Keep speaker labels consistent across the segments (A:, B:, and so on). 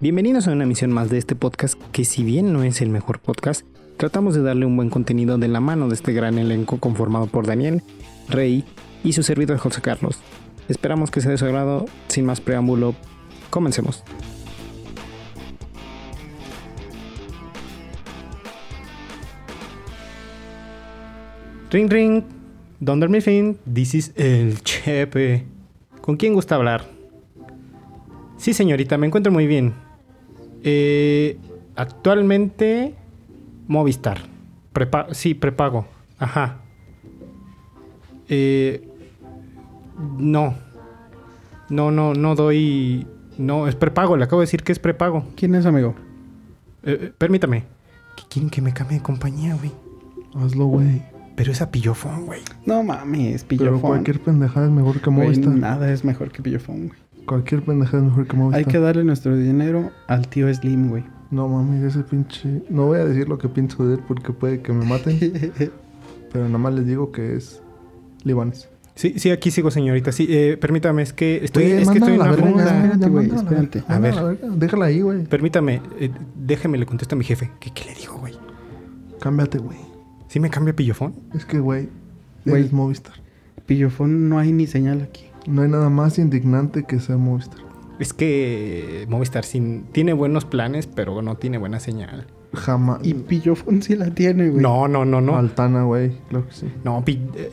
A: Bienvenidos a una emisión más de este podcast que si bien no es el mejor podcast, tratamos de darle un buen contenido de la mano de este gran elenco conformado por Daniel, Rey y su servidor José Carlos. Esperamos que sea de su agrado, sin más preámbulo, comencemos. Ring ring, Don Miffin, this is el Chepe. ¿Con quién gusta hablar? Sí, señorita, me encuentro muy bien. Eh, actualmente, Movistar. Prepa- sí, prepago. Ajá. Eh, no. No, no, no doy. No, es prepago. Le acabo de decir que es prepago.
B: ¿Quién es, amigo?
A: Eh, eh, permítame. ¿Qué quieren que me cambie de compañía, güey?
C: Hazlo, güey.
A: Pero es a pillofón, güey.
B: No mames,
C: Pero
B: Pillofón.
C: cualquier pendejada es mejor que
B: Güey,
C: Movistar.
B: nada es mejor que Pillofón, güey.
C: Cualquier pendejada es mejor que Movistar.
B: Hay que darle nuestro dinero al tío Slim, güey.
C: No mames, ese pinche. No voy a decir lo que pienso de él porque puede que me maten. pero nada más les digo que es libanés.
A: Sí, sí, aquí sigo, señorita. Sí, eh, permítame, es que estoy,
C: Güey,
A: es que
C: mándala
A: estoy en
C: a
A: una
C: la
A: junta.
C: verga, ya,
B: Espérate, güey,
C: mándala a la-
B: espérate.
A: A
C: mándala a la verga, Déjala ahí, güey.
A: Permítame, eh, déjeme le contesto a mi jefe. ¿Qué, qué le digo, güey?
C: Cámbiate, güey.
A: ¿Sí me cambia pillofón?
C: Es que, güey,
B: Güey.
C: eres Movistar.
B: Pillofón no hay ni señal aquí.
C: No hay nada más indignante que ser Movistar.
A: Es que Movistar sin, tiene buenos planes, pero no tiene buena señal.
C: Jamás.
B: Y Pillofón sí la tiene, güey.
A: No, no, no, no.
C: Altana, güey. Claro que sí.
A: No, pi- eh,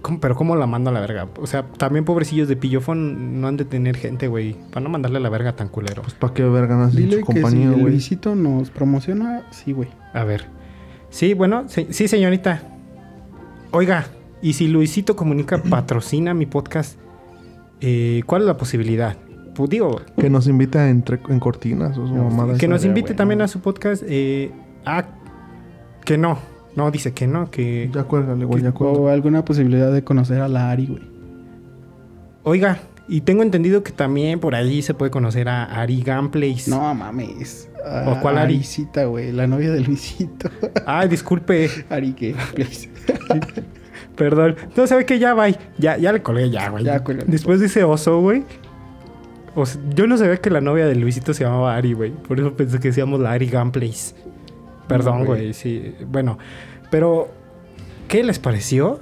A: ¿cómo- pero ¿cómo la mando a la verga? O sea, también pobrecillos de pillofón no han de tener gente, güey. Van a mandarle a la verga tan culero.
C: Pues para qué verga nace en
B: Dile
C: su
B: que
C: compañía,
B: si el
C: güey.
B: Luisito nos promociona, sí, güey.
A: A ver. Sí, bueno, se- sí, señorita. Oiga, y si Luisito Comunica patrocina mi podcast, eh, ¿cuál es la posibilidad? Pues digo,
C: Que nos invita a entre en cortinas o su
B: No,
C: mamada.
A: que
C: esa.
A: nos
B: estaría
A: invite
B: bueno.
A: también a su podcast. eh, ah, que no. No, dice que no, que...
C: Ya cuélgale, güey, ya cuélgale.
B: O alguna posibilidad de conocer a la Ari, güey.
A: Oiga, y tengo entendido que también por ahí se puede conocer a Ari Gameplays.
B: No mames.
A: ¿O cuál Ari?
B: Arisita, güey. La novia de Luisito.
A: Ay, disculpe,
B: Ari, ¿qué? Please.
A: perdón. No, sabe que ya, bye. Ya, ya le colgué ya, güey.
B: Ya, cuélgale.
A: Después de ese oso, güey. O sea, yo no sabía que la novia de Luisito se llamaba Ari, güey. Por eso pensé que decíamos la Ari Gameplays. Perdón,
B: No, güey.
A: güey. Sí, bueno. Pero, ¿qué les pareció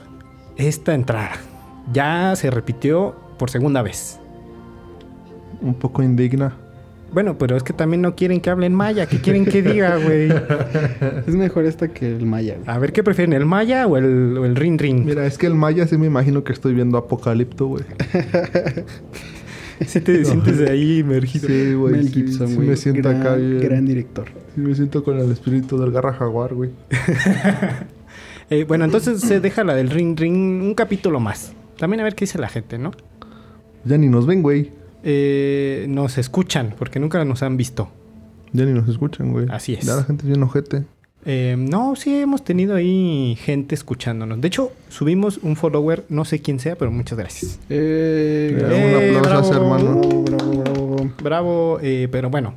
A: esta entrada? Ya se repitió por segunda vez.
C: Un poco indigna.
A: Bueno, pero es que también no quieren que hable en maya. ¿Qué quieren que diga, güey?
B: es mejor esta que el Maya,
C: Ah,
B: güey.
A: A ver, ¿qué prefieren? ¿El maya o el, o el ring ring?
C: Mira, es que el maya sí me imagino que estoy viendo Apocalipto, güey.
A: Si te sientes ahí inmergido.
C: Sí, güey.
B: Mel
C: sí,
B: Gibson,
C: sí
B: güey.
C: me siento
B: gran,
C: acá bien.
B: gran director.
C: Sí me siento con el espíritu del garra jaguar, güey.
A: Eh, bueno, entonces se deja la del ring ring un capítulo más. También a ver qué dice la gente, ¿no?
C: Ya ni nos ven, güey.
A: Eh, nos escuchan porque nunca nos han visto.
C: Ya ni nos escuchan, güey.
A: Así es.
C: Ya la gente es bien ojete.
A: Eh, no, sí hemos tenido ahí gente escuchándonos. De hecho, subimos un follower, no sé quién sea, pero muchas gracias.
B: Eh,
C: Ya,
A: Eh,
C: un aplauso a ese
A: bravo.
C: hermano.
B: bravo, bravo, bravo.
A: Bravo, eh, pero bueno,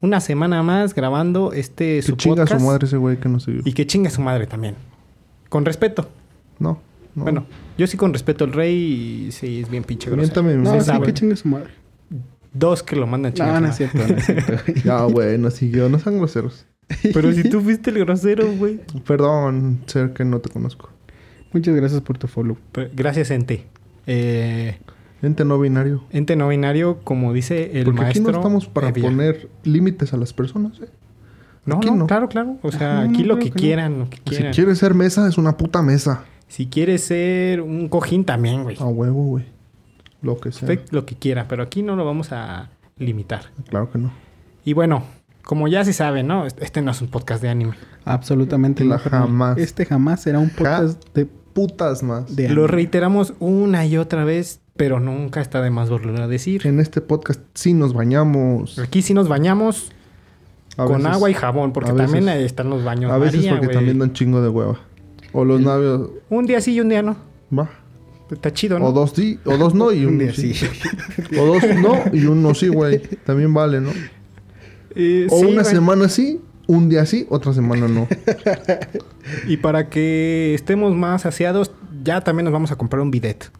A: una semana más grabando este
C: Que
A: su
C: chinga
A: podcast
C: su madre ese güey que nos siguió.
A: y que chinga su madre también. Con respeto.
C: No, no.
A: Bueno, yo sí con respeto al rey y sí es bien pinche grosero.
C: Miéntame,
B: No,
C: miéntame.
B: sí,
A: sabe.
B: que chingue su madre.
A: Dos que lo mandan a chingar
B: No,
A: su
B: no
A: madre.
B: es cierto, no es cierto. güey.
C: Ya, güey, nos siguió. No sean groseros.
A: Pero si tú fuiste el grosero, güey.
C: Perdón, ser que no te conozco.
B: Muchas gracias por tu follow.
A: Pero Gracias, ente. Eh,
C: Gente no binario.
A: ente no binario, como dice el
C: Porque aquí
A: maestro.
C: no estamos para
A: Evia.
C: poner límites a las personas, eh.
A: No,
C: aquí
A: no,
C: no.
A: claro, claro. O sea,
B: Ajá, no,
A: aquí lo
B: claro
A: que
B: que no.
A: quieran, lo que
C: Pues Si
A: quieran. Si,
C: quieres ser mesa, es una puta mesa.
A: quieres ser un cojín también, güey.
C: A huevo, güey. Lo que sea.
A: Usted lo que quiera, pero aquí no lo vamos a limitar.
C: Claro que no.
A: Y bueno, como ya se sabe, ¿no? Este no es un podcast de anime.
B: Absolutamente
C: La
B: no, carnal.
C: jamás.
B: Este jamás será un podcast de,
C: Putas más.
B: de
A: Lo
B: anime.
A: reiteramos una y otra vez, pero nunca está de más volver a decir.
C: En este podcast sí nos bañamos.
A: Aquí sí nos bañamos
C: A
A: con
C: veces-
A: agua y jabón, porque
C: a veces-
A: también ahí están los baños.
C: A veces
A: María,
C: porque
A: güey.
C: también dan chingo de hueva. O los navios.
A: Un día sí y un día no.
C: Va.
A: Está chido, ¿no?
C: O dos sí, o dos no y
B: Un
C: uno
B: día
C: sí.
B: sí.
C: O dos no y uno sí, güey. También vale, ¿no?
A: Eh,
C: O
A: sí,
C: una
A: güey.
C: semana sí, un día sí, otra semana no.
A: Y para que estemos más saciados, ya también nos vamos a comprar un bidet.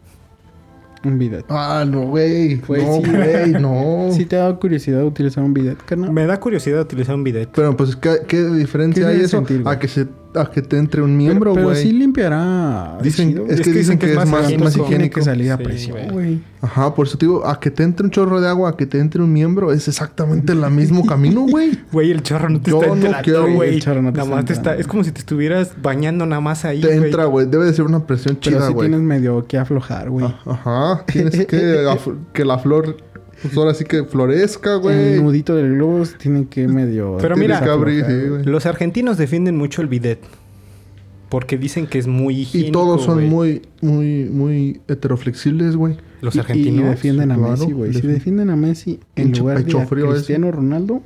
B: Un bidet.
C: Ah, no, güey.
B: Pues
C: no,
B: sí.
C: güey, no.
B: ¿Sí te ha dado curiosidad utilizar un bidet, carnal?
A: Me da curiosidad utilizar un bidet.
C: Pero pues, ¿qué, qué diferencia
B: ¿Qué
C: hay
B: tiene
C: eso?
B: sentir, güey?
C: a, que se, a que te entre un miembro,
B: Pero, pero
C: güey.
B: sí limpiará.
C: Dicen-
B: chido.
C: es que dicen que es más-
B: Pero
C: más
B: sí Tiene
C: higiénico.
B: que salir a
A: Sí, güey.
B: presión, güey.
C: Ajá, por eso te digo, a que te entre un chorro de agua, a que te entre un miembro, es exactamente el mismo camino, güey.
A: Güey, el chorro no te
C: Yo
A: está
C: no
A: entrando,
C: quiero-
A: güey.
B: El chorro no te
A: nada
B: está
A: más te está...
B: entrando.
A: Es como si te estuvieras bañando nada más ahí,
C: Te
A: güey.
C: entra, güey. Debe de ser una presión
B: Pero
C: chida,
B: sí
C: güey. Ah,
B: tienes medio que aflojar, güey.
C: Ajá, tienes que, af- que la flor, pues ahora sí que florezca,
B: El
C: güey.
B: nudito del globo tiene que medio.
A: Pero
C: Tienes
A: mira,
C: que abrir, sí, güey.
A: Los argentinos defienden mucho el bidet. Porque dicen que es muy higiénico,
C: Y todos son
A: güey.
C: muy, muy, muy heteroflexibles, güey.
A: Los
B: Y-
A: argentinos...
B: Y, defienden a
C: claro,
B: Messi, güey. Si
C: defi-
B: defienden a Messi en
C: Pinche
B: lugar de
C: pecho
B: a
C: frío ese.
B: Cristiano Ronaldo,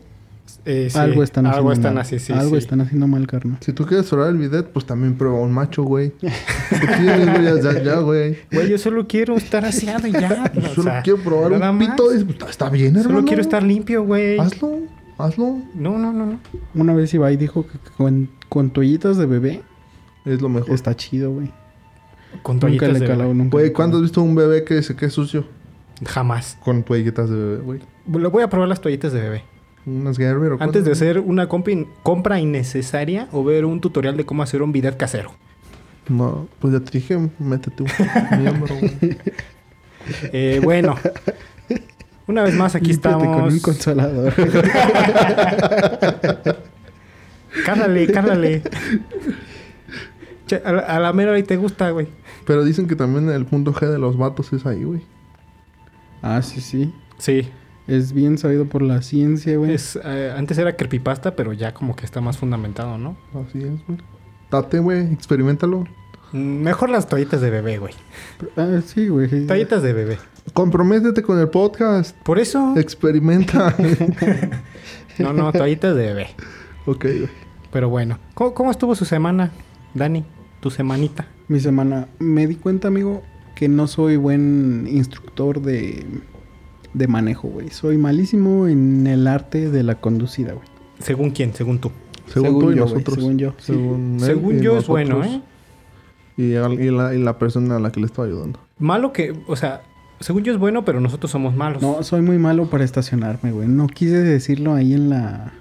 A: eh, sí,
B: algo están haciendo
A: Algo están
B: mal.
A: así, sí,
B: Algo
A: sí.
B: están haciendo mal, carnal.
C: Si tú quieres orar el bidet, pues también prueba un macho, güey. ¿Qué tienes, güey? Ya- Ya, ya, güey.
A: Güey, yo solo quiero estar aseado y ya.
C: Yo
A: o
C: Solo
A: sea,
C: quiero probar
A: nada
C: un
A: más.
C: pito. y- Está- Está bien, hermano.
A: Solo quiero estar limpio, güey.
C: Hazlo, hazlo.
A: No, no, no, no.
B: Una vez Ibai dijo que con, con toallitas de bebé
C: Es lo mejor.
B: está chido, güey.
A: Con
B: Nunca
A: toallitas
B: le
A: de
B: caló, nunca.
C: Güey,
B: le
C: ¿cuándo has visto un bebé que se quede sucio?
A: bebé. Jamás.
C: Con toallitas de bebé, güey.
A: Lo voy a probar las toallitas de bebé.
C: Unas Gerber o
A: Antes de
C: cosas,
A: hacer una compra in- compra innecesaria o ver un tutorial de cómo hacer un bidet casero.
C: No, pues ya te dije, métete un miembro, güey.
A: Eh, bueno. Una vez más, aquí
B: Límpiate
A: estamos.
B: con un consolador.
A: Cálale, cálale. Che, a, la- a la mera ahí te gusta, güey.
C: Pero dicen que también el punto G de los vatos es ahí, güey.
B: ah, sí, sí.
A: Sí.
B: Es bien sabido por la ciencia, güey.
A: Es, eh, antes era creepypasta, pero ya como que está más fundamentado, ¿no?
C: Así es, güey. Date, güey, experimentalo.
A: Mm, Mejor las toallitas de bebé, güey.
B: Ah, sí, güey.
A: Toallitas de bebé.
C: Comprométete con el podcast.
A: Por eso.
C: Experimenta.
A: No, no, toallitas de bebé.
C: ok, güey.
A: Pero bueno. ¿Cómo, cómo estuvo su semana, Dani? Tu semanita.
B: Mi semana. Me di cuenta, amigo, que no soy buen instructor de, de manejo, güey. Soy malísimo en el arte de la conducida, güey.
A: Según quién, según tú.
C: Según, tú y
B: yo, güey,
C: nosotros.
B: según yo. sí.
C: Según, él
A: según
C: y
A: yo es bueno, ¿eh?
C: nosotros. Y, al- y la, y la persona a la que le estoy ayudando.
A: Malo que, o sea, según yo es bueno, pero nosotros somos malos.
B: No, soy muy malo para estacionarme, güey. No quise decirlo ahí en la...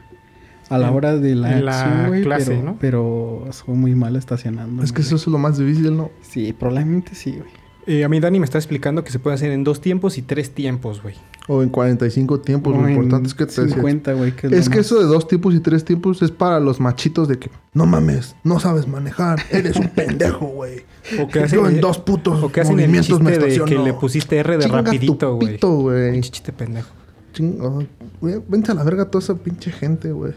B: A la
A: En-
B: hora de la,
A: en la
B: acción, güey,
A: clase,
B: pero,
A: ¿no?
B: pero soy muy malo estacionando.
C: Es que eso es lo más difícil, ¿no?
B: Sí, probablemente sí, güey.
A: Eh, a mí Dani me está explicando que se puede hacer en dos tiempos y tres tiempos, güey.
C: O en 45 tiempos.
B: O
C: lo
B: en
C: importante es que te
B: 50, güey. que es lo
C: Es que
B: más-
C: eso de dos tipos y tres tipos es para los machitos de que no mames, no sabes manejar, eres un pendejo, güey.
A: O que hacen,
C: Yo en dos putos
A: o que hacen el
C: movimientos
A: chiste
C: me
A: de que
C: estaciono.
A: le pusiste R de
C: Chinga tu
A: rapidito, güey.
C: pito, güey.
A: Pinche chiste pendejo.
C: Chingo, güey, Vente a la verga toda esa pinche gente, güey.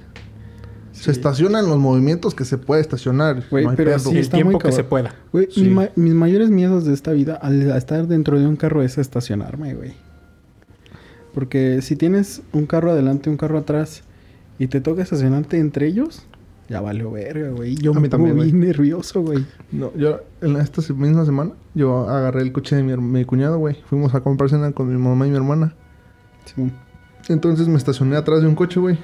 B: Sí.
C: Se estacionan los movimientos que se puede estacionar.
B: Güey,
C: no hay
B: pero
C: pedo.
B: Sí,
A: el
B: está
A: tiempo
B: muy
A: que se
B: cabrón.
A: pueda.
B: Güey,
C: Sí.
B: mi ma- mis mayores miedos de esta vida al estar dentro de un carro es estacionarme, güey. Porque si tienes un carro adelante y un carro atrás y te toca estacionarte entre ellos, ya valió verga, güey. Yo
C: A
B: me pongo
C: mí también, güey.
B: bien nervioso, güey.
C: No, yo en esta se- misma semana yo agarré el coche de mi, her- mi cuñado, güey. Fuimos a comprar cena con mi mamá y mi hermana.
B: Simón.
C: Entonces me estacioné atrás de un coche, güey.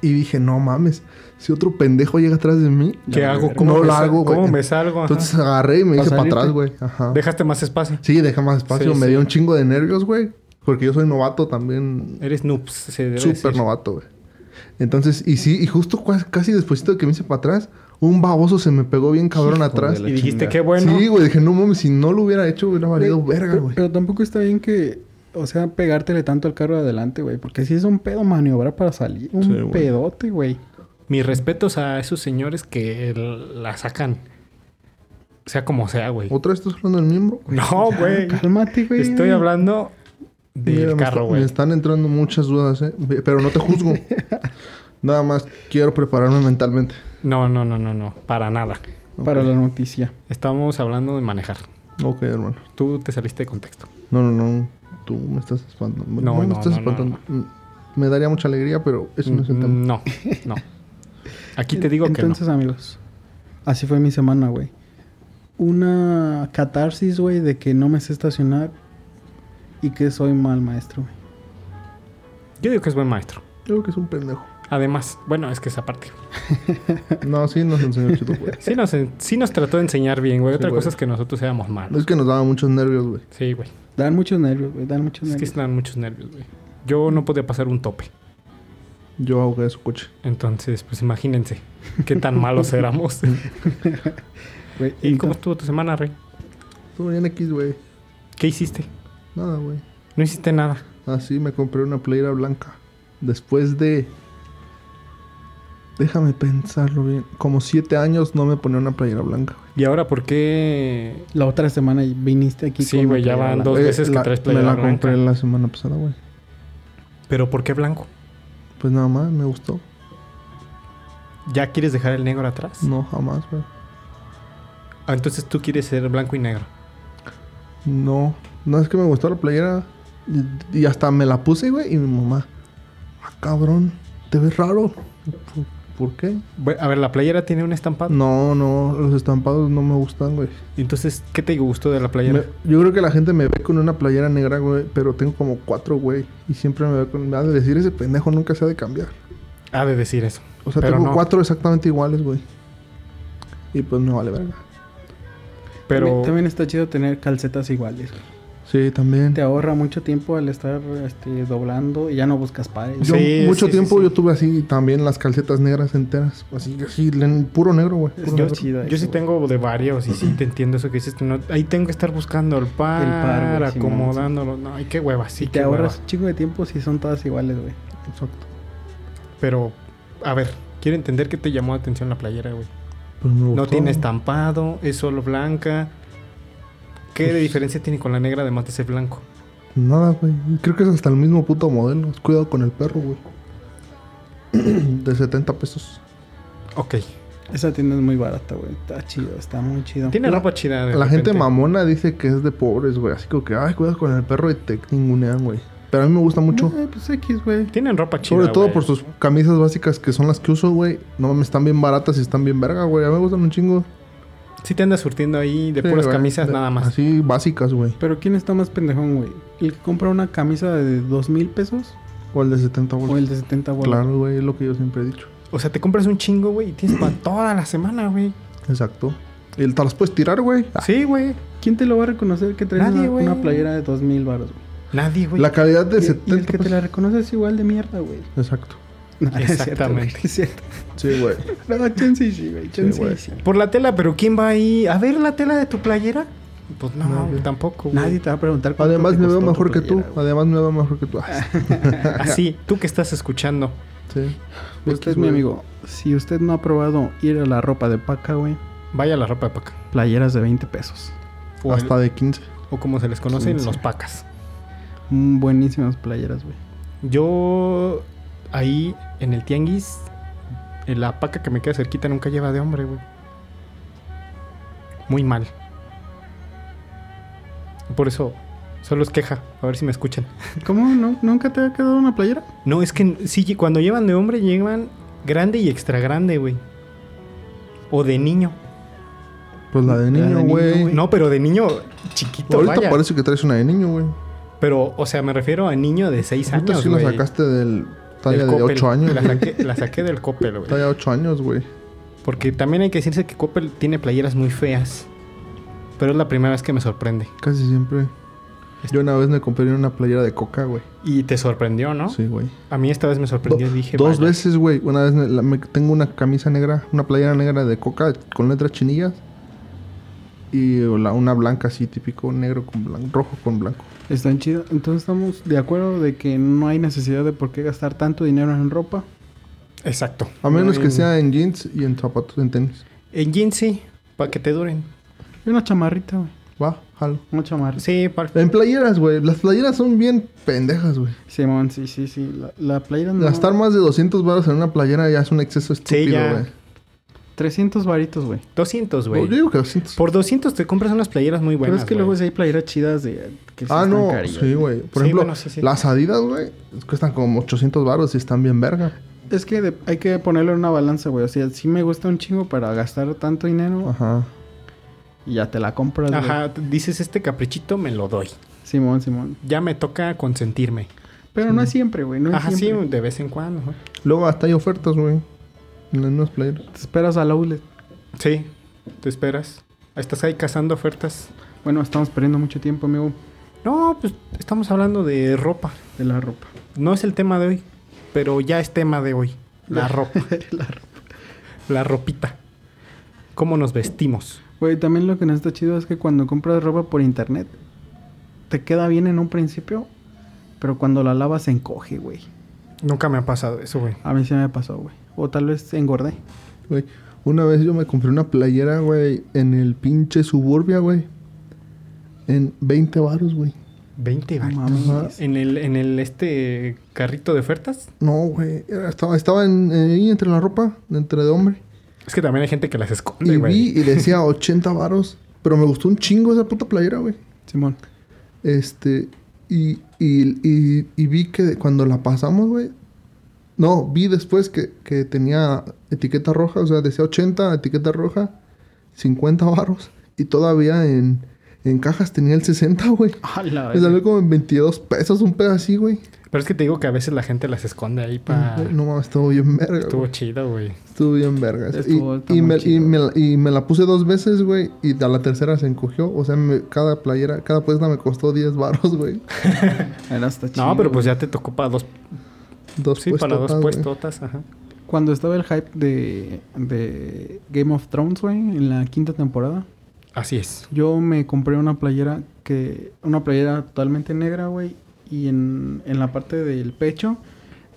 C: Y dije, no mames, si otro pendejo llega atrás de mí.
A: ¿Qué
B: Ya,
A: hago?
B: verga.
A: ¿Cómo,
C: No
A: me,
C: lo
A: sal-
C: hago, güey.
A: ¿Cómo me salgo? Ajá.
C: Entonces agarré y me
B: ¿Para
C: hice para
B: salirte?
C: atrás, güey. Ajá.
A: Dejaste más espacio.
C: Sí, deja más espacio.
A: Sí,
C: me
A: sí.
C: dio un chingo de nervios, güey. Porque yo soy novato también.
A: Eres noobs. Se debe
C: Súper
A: decir.
C: novato, güey. Entonces, y sí, y justo cua- casi después de que me hice para atrás, un baboso se me pegó bien cabrón
B: Hijo
C: atrás.
B: de la
A: Y dijiste,
B: chingada.
A: qué bueno.
C: Sí, güey, dije, no mames, si no lo hubiera hecho, hubiera valido
B: Güey,
C: verga,
B: pero-
C: güey.
B: Pero tampoco está bien que, o sea, pegártele tanto al carro de adelante, güey. Porque si es un pedo maniobrar para salir. Un
C: Sí, güey.
B: pedote, güey.
A: Mis respetos a esos señores que el- la sacan. Sea como sea, güey.
C: ¿Otra vez estás hablando del miembro?
A: No, güey.
B: Cálmate, güey.
A: Estoy hablando
C: Mira,
A: del
C: me
A: carro,
C: está-
A: güey.
C: Me están entrando muchas dudas, ¿eh? Ve- Pero no te juzgo. Nada más quiero prepararme mentalmente.
A: No, no, no, no, no. Para nada.
B: Para la noticia.
A: Estamos hablando de manejar.
C: Ok, hermano.
A: Tú te saliste de contexto.
C: No, no, no. Tú me estás espantando.
A: No,
C: me
A: no,
C: estás
A: no, Mm,
C: espantando. Mm, Me daría mucha alegría, pero eso no es el tema.
A: No, no. Aquí te digo que no.
B: Entonces, amigos, así fue mi semana, güey. Una catarsis, güey, de que no me sé estacionar y que soy mal maestro, güey.
A: Yo digo que es buen maestro.
C: Creo que es un pendejo.
A: Además, bueno, es que esa parte.
C: No, sí nos enseñó chido, güey.
A: Sí nos, en- sí nos trató de enseñar bien, güey.
C: Sí,
A: Otra
C: güey.
A: cosa es que nosotros éramos malos.
C: Es que nos daba muchos nervios, güey.
A: Sí, güey.
B: Dan muchos nervios, güey. Dan muchos
A: Es que
B: nervios.
A: están muchos nervios, güey. Yo no podía pasar un tope.
C: Yo ahogué su coche.
A: Entonces, pues imagínense qué tan malos éramos.
B: Güey,
A: ¿Y
B: ento-
A: cómo estuvo tu semana, Rey?
C: Tú en X, güey.
A: ¿Qué hiciste?
C: Nada, güey.
A: No hiciste nada.
C: Así me compré una playera blanca. Después de. Déjame pensarlo bien. Como siete años no me ponía una playera blanca. güey.
A: ¿Y ahora por qué?
B: La otra semana y viniste aquí.
A: Sí,
B: con
A: güey, ya
B: la-
A: van
B: la-
A: dos. veces que traes playera
C: Me Eh, la
A: blanca.
C: compré la semana pasada, güey.
A: ¿Pero por qué blanco?
C: Pues nada más, me gustó.
A: ¿Ya quieres dejar el negro atrás?
C: No, jamás, güey.
A: Ah, entonces tú quieres ser blanco y negro.
C: No. No es que me gustó la playera. Y, y hasta me la puse, güey. Y mi mamá. Ah, cabrón. Te ves raro. "¿Por- ¿Por qué?
A: Bue- A ver, la playera tiene un estampado.
C: No, no. Los estampados no me gustan, güey.
A: Entonces, ¿qué te gustó de la playera?
C: Me- yo creo que la gente me ve con una playera negra, güey, pero tengo como cuatro, güey. Y siempre me ve con... Me ha de decir, ese pendejo nunca se ha de cambiar.
A: Ha de decir eso.
C: O sea,
A: Pero
C: tengo
A: no.
C: cuatro exactamente iguales, güey. Y pues no vale verga.
A: Pero
B: También, también está chido tener calcetas iguales. güey.
C: Sí, también.
B: Te ahorra mucho tiempo al estar este, doblando y ya no buscas pares.
C: Yo
A: Sí,
C: mucho
A: sí, sí,
C: tiempo
A: sí.
C: yo tuve así también las calcetas negras enteras. Así, así, len- puro negro, güey. puro
B: Es
A: yo,
C: negro.
B: chido eso,
A: yo sí
B: güey.
A: tengo de varios y sí te entiendo eso que dices. no- ahí tengo que estar buscando el par,
B: El par, güey, Simón,
A: acomodándolo. No, ay, qué hueva, sí,
B: y
A: qué
B: te ahorras
A: hueva.
B: un chingo de tiempo si son todas iguales, güey.
C: Exacto.
A: Pero, a ver, quiero entender qué te llamó la atención la playera, güey.
C: Pues me
A: No
C: gustó.
A: tiene estampado, es solo blanca. ¿Qué
C: Pues
A: de diferencia tiene con la negra además de ser blanco?
C: Nada, güey. Creo que es hasta el mismo puto modelo. Cuidado con el perro, güey. De 70 pesos.
A: Ok.
C: Ah.
B: Esa tienda es muy barata, güey. Está chido, está muy chido.
A: Tiene
C: La-
A: ropa chida. de
C: La gente
A: repente.
C: mamona dice que es de pobres, güey. Así como que, ay, cuidado con el perro y te ningunean, güey. Pero a mí me gusta mucho.
B: Eh, pues X, güey.
A: Tienen ropa chida.
C: Sobre todo
A: güey.
C: por sus camisas básicas que son las que uso, güey. No mames, están bien baratas y están bien verga, güey. A mí me gustan un chingo.
A: Sí te andas surtiendo ahí de
C: Sí,
A: puras
C: güey.
A: camisas
C: De-
A: nada más.
C: Así básicas, güey.
B: Pero ¿quién está más pendejón, güey? ¿El que compra una camisa de dos mil pesos
C: O el de 70 bolas.
B: o el de 70 bolas?
C: Claro, güey, es lo que yo siempre he dicho.
A: O sea, te compras un chingo, güey, y tienes para toda la semana, güey.
C: Exacto. Y te las puedes tirar, güey. Ah,
A: Sí, güey.
B: ¿Quién te lo va a reconocer que traes
A: Nadie,
B: una,
A: güey.
B: una playera de dos mil baros, güey?
A: Nadie, güey.
C: La calidad de
B: Y- Y
C: 70
B: el que te la reconoce es igual de mierda, güey.
C: Exacto.
B: No, no es cierto, güey,
A: Exactamente.
B: no es cierto.
C: Sí, güey.
B: No, chance y sí, güey. Chance y
C: güey.
B: sí.
A: Por la tela, pero ¿quién va ahí? A ver la tela de tu playera. Pues no,
C: No,
A: güey,
C: güey.
A: tampoco. güey.
B: Nadie te va a preguntar cuánto
C: Además
B: te
C: me veo
B: costó tu
C: mejor que tú.
B: playera, güey.
C: Además me veo mejor que tú. Ah,
A: Así, tú que estás escuchando.
C: sí.
B: Pues Usted es mi amigo. Si usted no ha probado ir a la ropa de paca, güey,
A: Vaya la ropa de paca.
B: playeras de 20 pesos.
A: O,
C: Hasta de 15.
A: o como se les conocen,
B: Sí, sí.
A: los pacas.
B: Mm, buenísimas playeras, güey.
A: Yo ahí en el tianguis, en la paca que me queda cerquita nunca lleva de hombre, güey. Muy mal. Por eso solo es queja, a ver si me escuchan.
B: ¿Cómo? ¿No? ¿Nunca te ha quedado una playera?
A: No, es que sí, lle- cuando llevan de hombre llevan grande y extra grande, güey. O de niño.
C: Pues la de
B: La de
C: niño,
B: niño,
C: güey.
B: güey.
A: No, pero de niño chiquito,
C: Ahorita
A: vaya.
C: parece que traes una de niño, güey.
A: Pero, o sea, me refiero a niño de 6
C: Ahorita
A: años,
C: sí
A: güey.
C: la sacaste del
A: Del
C: talla de
A: Coppel.
C: 8 años,
A: La
C: güey.
A: saqué, la saqué del copel, güey.
C: Talla 8 años, güey.
A: Porque también hay que decirse que Coppel tiene playeras muy feas. Pero es la primera vez que me sorprende.
C: Casi siempre. Yo una vez me compré una playera de coca, güey.
A: Y te sorprendió, ¿no?
C: Sí, güey.
A: A mí esta vez me sorprendió.
C: Do-
A: dije,
C: dos
A: vaya.
C: veces, güey. Una vez me, la- me- tengo una camisa negra, una playera negra de coca con letras chinillas. Y la- una blanca así, típico negro con blanco, rojo con blanco.
B: Están chidas. Entonces estamos de acuerdo de que no hay necesidad de por qué gastar tanto dinero en ropa.
A: Exacto.
C: A menos que
A: En-
C: sea en jeans y en zapatos, en tenis.
A: En jeans, sí. Para que te duren.
B: Y una chamarrita, güey.
C: Va, jalo.
B: Una chamarrita.
A: Sí, para...
C: En playeras, güey. Las playeras son bien pendejas, güey.
B: Simón, sí, sí, sí. La, la playera no...
C: Gastar más de 200 baros en una playera ya es un exceso estúpido,
A: ya.
C: güey.
B: 300 varitos, güey.
A: 200,
C: No,
A: güey.
C: yo digo que 200.
A: Por 200 te compras unas playeras muy
B: Pero
A: buenas,
B: es que luego
A: güey.
B: si hay playeras chidas de... Que sí
C: Ah,
B: están
C: no,
B: carillas.
C: sí, güey. Por
A: Sí,
C: ejemplo,
A: bueno, sí, sí.
C: las Adidas, güey, cuestan como 800 baros y están bien verga.
B: Es que de- hay que ponerlo en una balanza, güey. O sea, sí me gusta un chingo para gastar tanto dinero
C: Ajá.
B: y ya te la compras, güey.
A: Ajá. Dices, este caprichito me lo doy.
B: Simón, Simón.
A: Ya me toca consentirme.
B: Pero no es siempre, güey. No es
A: Ajá, sí,
B: siempre.
A: de vez en cuando. ajá.
C: Luego hasta hay ofertas, güey. En las mismas playeras.
B: Te esperas al outlet.
A: Sí, te esperas. Estás ahí cazando ofertas.
B: Bueno, estamos perdiendo mucho tiempo, amigo,
A: No, pues estamos hablando de ropa.
B: de la ropa.
A: No es el tema de hoy, pero ya es tema de hoy. La ropa,
B: la ropa.
A: la ropita. ¿Cómo nos vestimos?
B: Güey, también lo que no está chido es que cuando compras ropa por internet, te queda bien en un principio, pero cuando la lavas se encoge, güey.
A: Nunca me ha pasado eso, güey.
B: A mí se me pasó, güey. O tal vez engordé.
C: Güey, una vez yo me compré una playera, güey, en el pinche suburbia, güey. En 20 baros, güey.
A: 20
B: No
A: varitos.
B: mames.
A: En el, en el este carrito de ofertas.
C: No, güey. era- Estaba, estaba en- ahí entre la ropa, entre de hombre.
A: Es que también hay gente que las esconde,
C: Y vi
A: güey.
C: y decía 80 varos. Pero me gustó un chingo esa puta playera, güey.
B: Simón.
C: Este, y, y, y, y vi que cuando la pasamos, güey. No, vi después que, que tenía etiqueta roja, o sea, decía 80, etiqueta roja, 50 varos. Y todavía en, en cajas tenía el 60, güey.
B: A la
C: Me salió como en 22 pesos, un pedo así, güey.
A: Pero es que te digo que a veces la gente las esconde ahí para...
C: No mames, estuvo bien verga. güey.
A: Ah. Estuvo chido, güey.
C: Estuvo bien vergas.
B: Estuvo- está
C: y, y
B: muy
C: me, y,
B: chido.
C: me, la- y me la puse dos veces, güey. Y a la tercera se encogió. O sea, me- cada playera, cada puesta me costó 10 varos, güey.
B: Era hasta chido.
A: No, pero pues
B: güey.
A: ya te tocó para dos...
C: Dos
A: Sí, para dos
C: puestotas, güey.
A: puestotas, ajá.
B: Cuando estaba el hype de, de Game of Thrones, güey, en la quinta temporada,
A: Así es.
B: yo me compré una playera que... Una playera totalmente negra, güey. Y en, en la parte del pecho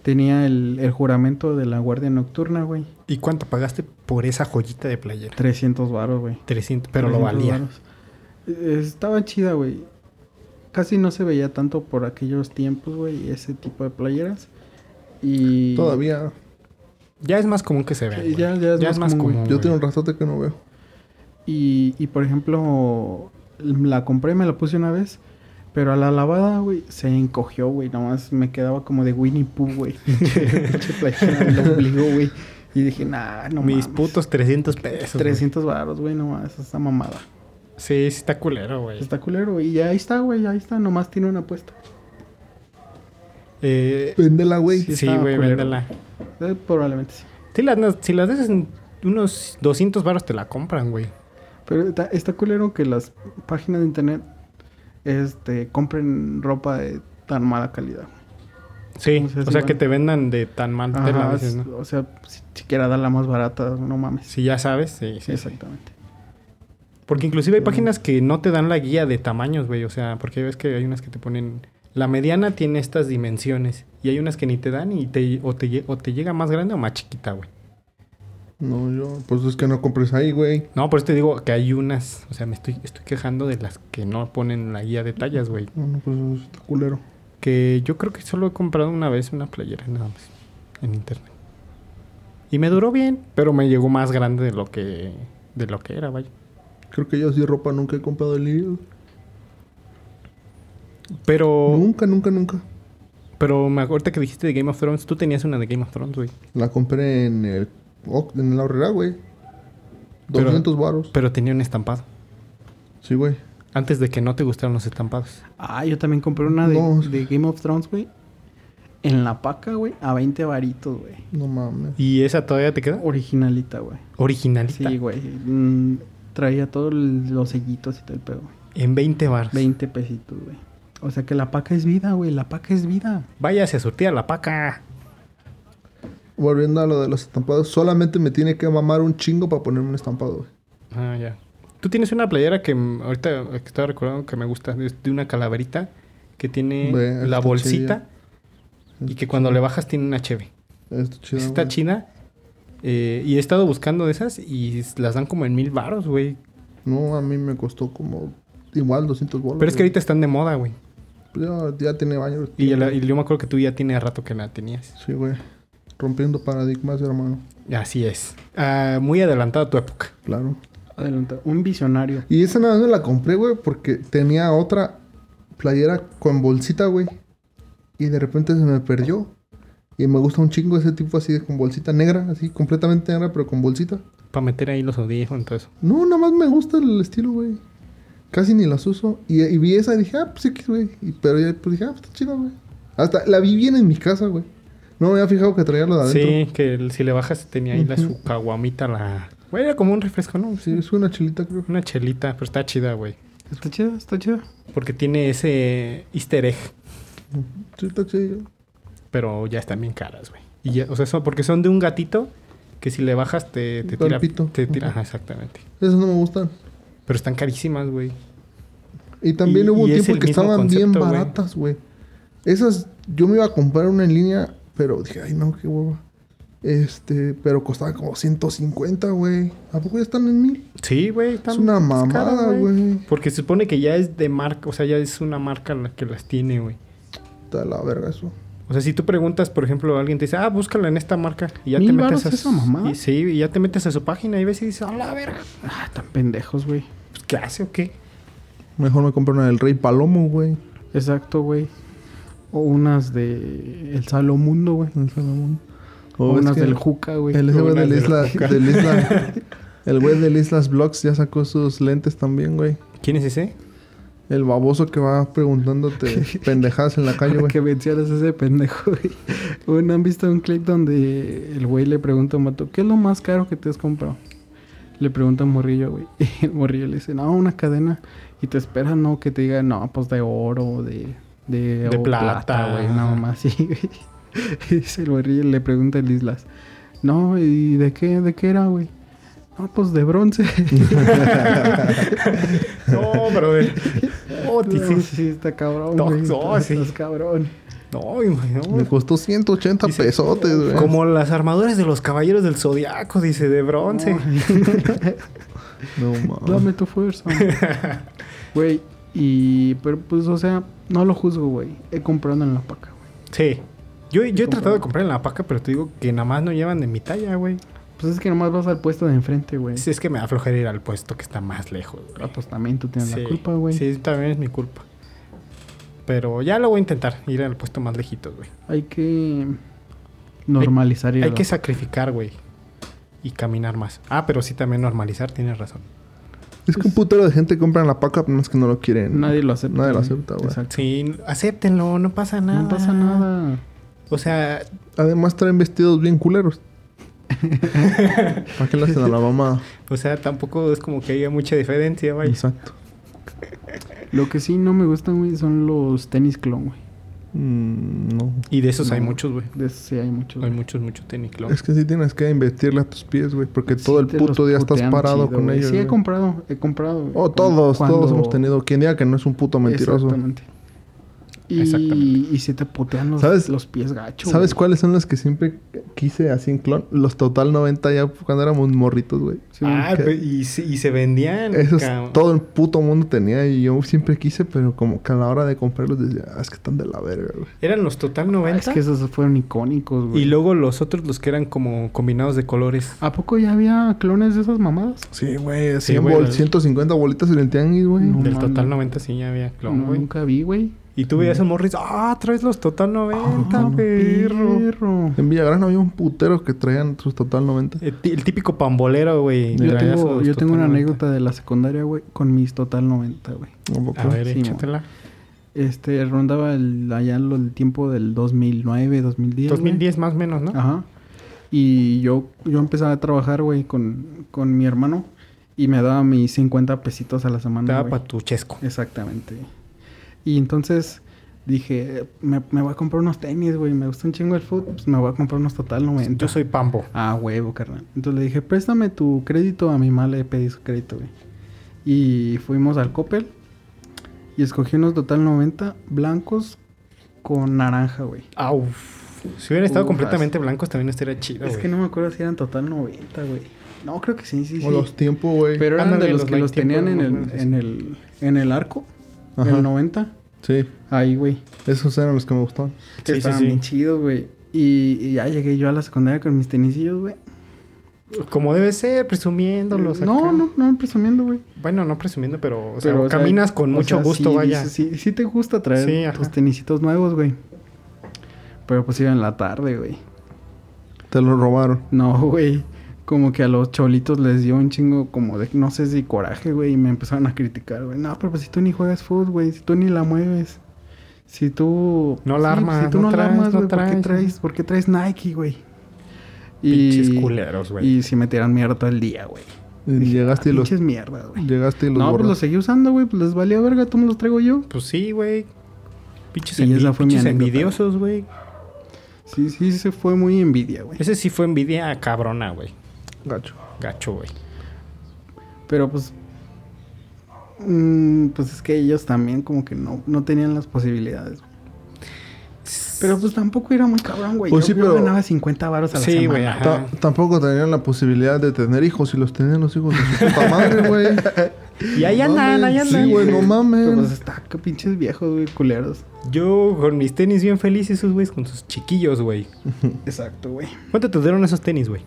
B: tenía el, el juramento de la Guardia Nocturna, güey.
A: ¿Y cuánto pagaste por esa joyita de playera?
B: 300 varos, güey.
A: 300, pero lo
B: 300
A: valía.
B: varos. Eh, Estaba chida, güey. Casi no se veía tanto por aquellos tiempos, güey, ese tipo de playeras. Y...
C: Todavía.
A: Ya es más común que se vea.
B: Sí, ya- ya es más común, güey.
C: Yo tengo un ratote que no veo.
B: Y, y, por ejemplo, la compré, me la puse una vez, pero a la lavada, güey, se encogió, güey. Nomás me quedaba como de Winnie Pooh, güey. Pinche playera en el ombligo, güey. Y dije, nah, no
A: Mis
B: mames.
A: putos 300 pesos. güey.
B: 300 baros, güey, nomás, esa mamada.
A: Sí, sí está culero, güey.
B: Está culero, güey. Y ahí está, güey, ahí está. Nomás tiene una apuesta.
A: Eh,
C: Véndela, güey.
B: Sí,
A: sí,
B: está
A: güey,
B: culero.
A: véndela.
B: Eh, probablemente sí.
A: Si las, no- si las dejas en unos 200 baros te la compran, güey.
B: Pero está, está culero que las páginas de internet este, compren ropa de tan mala calidad.
A: Sí,
B: O sea,
A: o
B: sí,
A: sea que
B: bueno.
A: te vendan de tan mal
B: Ajá,
A: tela a veces,
B: es-
A: ¿no?
B: O sea, si siquiera da la más barata, no mames.
A: Si ya sabes, sí, sí. sí.
B: Exactamente.
A: Porque inclusive hay
B: Sí.
A: páginas que no te dan la guía de tamaños, güey. O sea, porque ves que hay unas que te ponen... La mediana tiene estas dimensiones. Y hay unas que ni te dan y te, o, te, lle- o te llega más grande o más chiquita, güey.
C: No, yo. Pues es que no compres ahí, güey.
A: No, por eso te digo que hay unas... O sea, me estoy, estoy quejando de las que no ponen la guía de tallas, güey.
C: No, no, pues está culero.
A: Que yo creo que solo he comprado una vez una playera nada más en internet. Y me duró bien, pero me llegó más grande de lo que de lo que era, vaya.
C: Creo que yo sí ropa nunca he comprado el hilo.
A: Pero
C: Nunca, nunca, nunca.
A: pero me acuerdo que dijiste de Game of Thrones, tú tenías una de Game of Thrones, güey.
C: La compré en el. Oc- En la horrera, güey.
A: Pero-
C: 200 varos.
A: Pero tenía un estampado.
C: Sí, güey.
A: Antes de que no te gustaran los estampados.
B: Ah, yo también compré una de,
C: No.
B: de Game of Thrones, güey. En la paca, güey, a 20 varitos, güey.
C: No mames.
A: ¿Y esa todavía te queda?
B: Originalita, güey.
A: Originalita.
B: Sí, güey. Mm, traía todos los sellitos y todo el pedo. güey.
A: En 20 bars.
B: 20 pesitos, güey. O sea que la paca es vida, güey. La paca es vida.
A: Váyase a surtir a la paca.
C: Volviendo a lo de los estampados, solamente me tiene que mamar un chingo para ponerme un estampado, güey.
A: Ah, ya. Tú tienes una playera que mm, ahorita que estaba recordando que me gusta, es de una calaverita que tiene
C: Ve,
A: la
C: está
A: bolsita
C: chida.
A: y que cuando le bajas tiene una cheve.
C: Está chido.
A: Esa está
C: güey.
A: china. eh, y he estado buscando de esas y s- las dan como en mil baros, güey.
C: No, a mí me costó como. Igual 200 bolos.
A: Pero es que
C: güey. Pues
A: ahorita están de moda, güey.
C: Ya, ya tiene baño.
A: Y, ya la- y yo me acuerdo que tú ya tiene rato que la tenías.
C: Sí, güey. Rompiendo paradigmas, hermano.
A: Así es. Ah, muy adelantada tu época.
C: Claro.
B: Adelanta. Un visionario.
C: Y esa nada más me la compré, güey, porque tenía otra playera con bolsita, güey. Y de repente se me perdió. Y me gusta un chingo ese tipo así de con bolsita negra, así completamente negra, pero con bolsita.
A: Para meter ahí los audífonos y todo eso.
C: No, nada más me gusta el estilo, güey. Casi ni las uso. Y, y vi esa y dije, ah, pues sí, güey. Y- pero ya pues dije, ah, pues, está chida, güey. Hasta la vi bien en mi casa, güey. No me había fijado que traía lo de adentro.
A: Sí, que el- si le bajas tenía ahí la su caguamita, la... Güey, era como un refresco, ¿no?
C: Sí, es una chilita, creo.
A: Una chelita, pero está chida, güey.
B: Está chido, está chido.
A: Porque tiene ese easter egg,
C: Sí, está chido.
A: pero ya están bien caras, güey. Y ya, o sea, son- porque son de un gatito que si le bajas te, te
C: Al
A: tira...
C: pito.
A: Te tira,
C: Ujú.
A: ajá, exactamente.
C: Esas no me gustan.
A: Pero están carísimas, güey.
C: Y también
A: Y-
C: hubo un
A: y es
C: tiempo
A: el
C: que
A: mismo
C: estaban bien
A: concepto, güey.
C: baratas, güey. Esas, yo me iba a comprar una en línea, pero dije, ay, no, qué hueva. Este, pero costaba como 150, güey. ¿A poco ya están en mil?
A: Sí, güey. están-
C: Es una
A: es cara,
C: mamada, güey.
A: Porque se supone que ya es de marca, o sea, ya es una marca la que las tiene, güey.
C: Está de la verga eso.
A: O sea, si tú preguntas, por ejemplo, alguien te dice, ah, búscala en esta marca. Y ya
B: ¿Mil
A: te
B: varos
A: metes a
B: esa mamada?
A: Y, sí, y ya te metes a su página y ves y dices, a la verga.
B: Ah, tan pendejos, güey.
A: Pues, ¿Qué hace o qué?
C: Mejor me compro una del Rey Palomo, güey.
B: Exacto, güey. O unas de El Salomundo, güey.
C: El Salomón.
B: O,
C: es
B: unas
C: que
B: del Juca, güey.
C: El ese güey
A: Unas
C: del
A: del
C: Isla,
A: Juca.
C: del Isla. El güey del Islas Vlogs ya sacó sus lentes también, güey.
A: ¿Quién es ese?
C: El baboso que va preguntándote pendejadas en la calle,
B: Ahora
C: güey.
B: que mencionas ese pendejo, güey. Bueno, ¿han visto un clip donde el güey le pregunta a Mato, ¿qué es lo más caro que te has comprado? Le pregunta a Morrillo, güey. Y el Morrillo le dice, no, una cadena. Y te espera, no, que te diga, no, pues de oro, de... De,
A: De
B: o
A: plata,
B: güey.
A: ajá.
B: No, más, sí, güey. Y dice el Morrillo, le pregunta a Islas, no, ¿y de qué, de qué era, güey? No, pues de bronce.
A: No, brother. Oh,
B: No,
A: dices,
B: sí, está cabrón,
A: No,
B: güey.
A: no, sí.
B: Estás cabrón.
A: No, imagínate.
C: Me costó 180
A: Dice,
C: pesotes, güey.
A: Como las armaduras de los caballeros del zodiaco, dice, de bronce.
C: No mames.
A: Ah.
B: Dame tu fuerza. Güey, y. Pero pues, o sea, no lo juzgo, güey. He comprado en la paca, güey.
A: Sí. Yo, yo he
B: Comprar.
A: tratado de comprar en la paca, pero te digo que nada más no llevan de mi talla, güey.
B: Pues es que nomás vas al puesto de enfrente, güey.
A: Es que me da flojera ir al puesto que está más lejos, güey.
B: Ah, pues también tú tienes
A: Sí,
B: la culpa, güey.
A: Sí, también es mi culpa. Pero ya lo voy a intentar, ir al puesto más lejitos, güey.
B: Hay que. Normalizar ir a
A: Hay
B: la-
A: que sacrificar, güey. Y caminar más. Ah, pero sí también normalizar, tienes razón.
C: Es que un putero de gente compra en la paca, pero no es que no lo quieren.
B: Nadie lo acepta.
C: Nadie lo
B: güey.
C: acepta, güey.
B: Exacto.
A: Sí, acéptenlo, no pasa nada.
B: No pasa nada.
A: O sea,
C: Además traen vestidos bien culeros. ¿Para qué le hacen a la mamá?
A: o sea, tampoco es como que haya mucha diferencia, güey.
C: Exacto.
B: Lo que sí no me gustan, güey, son los tenis clon, güey.
C: Mm, no.
A: Y de esos hay
B: No.
A: muchos, güey.
B: De esos sí hay muchos.
A: Hay
B: güey.
A: muchos, muchos tenis club.
C: Es que sí tienes que invertirle a tus pies, güey. Porque todo
B: Sí
C: el
B: te los
C: puto día estás
B: putean
C: parado
B: chido,
C: con
B: güey.
C: ellos.
B: Sí, he
C: güey.
B: comprado, he comprado. güey.
C: Oh, todos,
B: Cuando-
C: todos hemos tenido. Quien diga que no es un puto mentiroso.
B: Exactamente. Y,
A: Exactamente.
B: y si te putean los,
C: ¿Sabes?
B: los pies gacho.
C: ¿Sabes
B: güey.
C: cuáles son las que siempre quise así en clon? Los Total 90 ya cuando éramos morritos, güey.
B: Sí,
A: ah,
C: que-
A: pe- y, se- y se vendían.
C: Esos
A: cabrón.
C: todo el puto mundo tenía y yo siempre quise, pero como que a la hora de comprarlos decía, "Ah, es que están de la verga, güey.
A: Eran los Total 90.
B: Ah, Es que esos fueron icónicos, güey.
A: Y luego los otros, los que eran como combinados de colores.
B: ¿A poco ya había clones de esas mamadas?
C: Sí, güey,
A: Sí,
C: 100
A: güey,
C: bol-
A: los-
C: 150 bolitas en el tianguis, güey.
B: No.
A: Del
B: mames.
A: Total 90 sí ya había clon,
B: No,
A: güey.
B: nunca vi, güey.
A: Y tú veías a Morris, ah, traes los Total 90,
B: Ah,
A: perro.
B: perro.
C: En Villagrán había un putero que traían sus total 90.
A: El, ti- el típico pambolero, güey.
B: Yo
A: traía
B: tengo,
A: esos
B: yo tengo
A: Total
B: una
A: 90.
B: anécdota de la secundaria, güey, con mis Total 90, güey.
C: ¿A poco?
A: A ver,
B: Sí,
A: échatela.
B: Este, rondaba el, allá lo- el tiempo del 2009, 2010. güey.
A: 2010 más o menos, ¿no?
B: Ajá. Y yo, yo empezaba a trabajar, güey, con, con mi hermano. Y me daba mis 50 pesitos a la
A: Te
B: semana,
A: daba
B: güey.
A: para tu chesco.
B: Exactamente. Y entonces dije, me, me voy a comprar unos tenis, güey. Me gusta un chingo el fútbol. Pues me voy a comprar unos total 90.
A: Yo soy pambo.
B: Ah, huevo, carnal. Entonces le dije, préstame tu crédito. A mi mamá le pedí su crédito, güey. Y fuimos al Coppel. Y escogí unos total 90 blancos con naranja, güey.
A: Au. Si hubieran estado
B: Ufas.
A: completamente blancos, también estaría chido,
B: Es
A: güey.
B: que no me acuerdo si eran total 90, güey. No, creo que sí, sí, sí.
C: O los tiempos, güey.
B: Pero eran
A: Ándale,
B: de los,
A: los
B: que los
A: light
B: tenían en
A: tiempo,
B: el,
A: más o menos.
B: en el, en el arco. En
C: Ajá.
B: el 90.
C: Sí,
B: Ahí, güey.
C: esos eran los que me gustaban.
A: Sí, sí,
B: Estaban
A: sí.
B: bien chidos, güey. Y, y ya llegué yo a la secundaria con mis tenisillos, güey.
A: Como debe ser, presumiéndolos.
B: Eh, No,
A: acá.
B: no, no presumiendo, güey.
A: Bueno, no presumiendo, pero, o sea,
B: Pero, o sea,
A: caminas con
B: o
A: mucho
B: sea,
A: gusto,
B: sí,
A: vaya.
B: dices, Sí, sí te gusta traer
A: Sí, ajá.
B: tus tenisitos nuevos, güey. Pero pues iba en la tarde, güey.
C: Te los robaron.
B: No, güey. Como que a los cholitos les dio un chingo como de, no sé si coraje, güey. Y me empezaron a criticar, güey. No, pero pues si tú ni juegas fútbol, güey. Si tú ni la mueves. Si tú.
A: No la
B: sí,
A: armas,
B: Si tú
A: no
B: no, la
A: traes,
B: armas,
A: no
B: güey, ¿por, qué
A: traes,
B: traes, por qué traes Nike, güey?
A: Pinches
B: Y-
A: culeros, güey.
B: Y si me tiran mierda todo el día, güey. "Ah,
C: Y llegaste y los,
B: Pinches mierda, güey.
C: llegaste y los
B: No, pues
C: borras.
B: los seguí usando, güey. Pues les valía verga, tú me los traigo yo.
A: Pues sí, güey. Pinches,
B: Y
A: envi-
B: esa fue mi
A: pinches
B: anécdota.
A: envidiosos, güey.
B: Sí, sí, se fue muy envidia, güey.
A: Ese sí fue envidia cabrona, güey.
C: Gacho.
A: Gacho, güey.
B: Pero pues. mm, pues es que ellos también, como que no, no tenían las posibilidades. güey. Pero pues tampoco era muy cabrón, güey.
C: Pues
B: yo,
C: sí,
B: yo
C: pero-
B: ganaba 50 varos a la
A: Sí,
B: semana.
A: güey,
B: güey.
A: ajá.
C: Ta- tampoco tenían la posibilidad de tener hijos si los tenían los hijos de su puta madre, güey.
A: Y ahí
C: No
A: andan, ahí
C: mames,
A: andan.
C: Sí, güey, no
B: Pero, Pues
C: mames.
B: está, que pinches viejos, güey, culeros.
A: Yo con mis tenis bien felices, esos güeyes con sus chiquillos, güey.
B: Exacto, güey.
A: ¿Cuánto te dieron esos tenis, güey?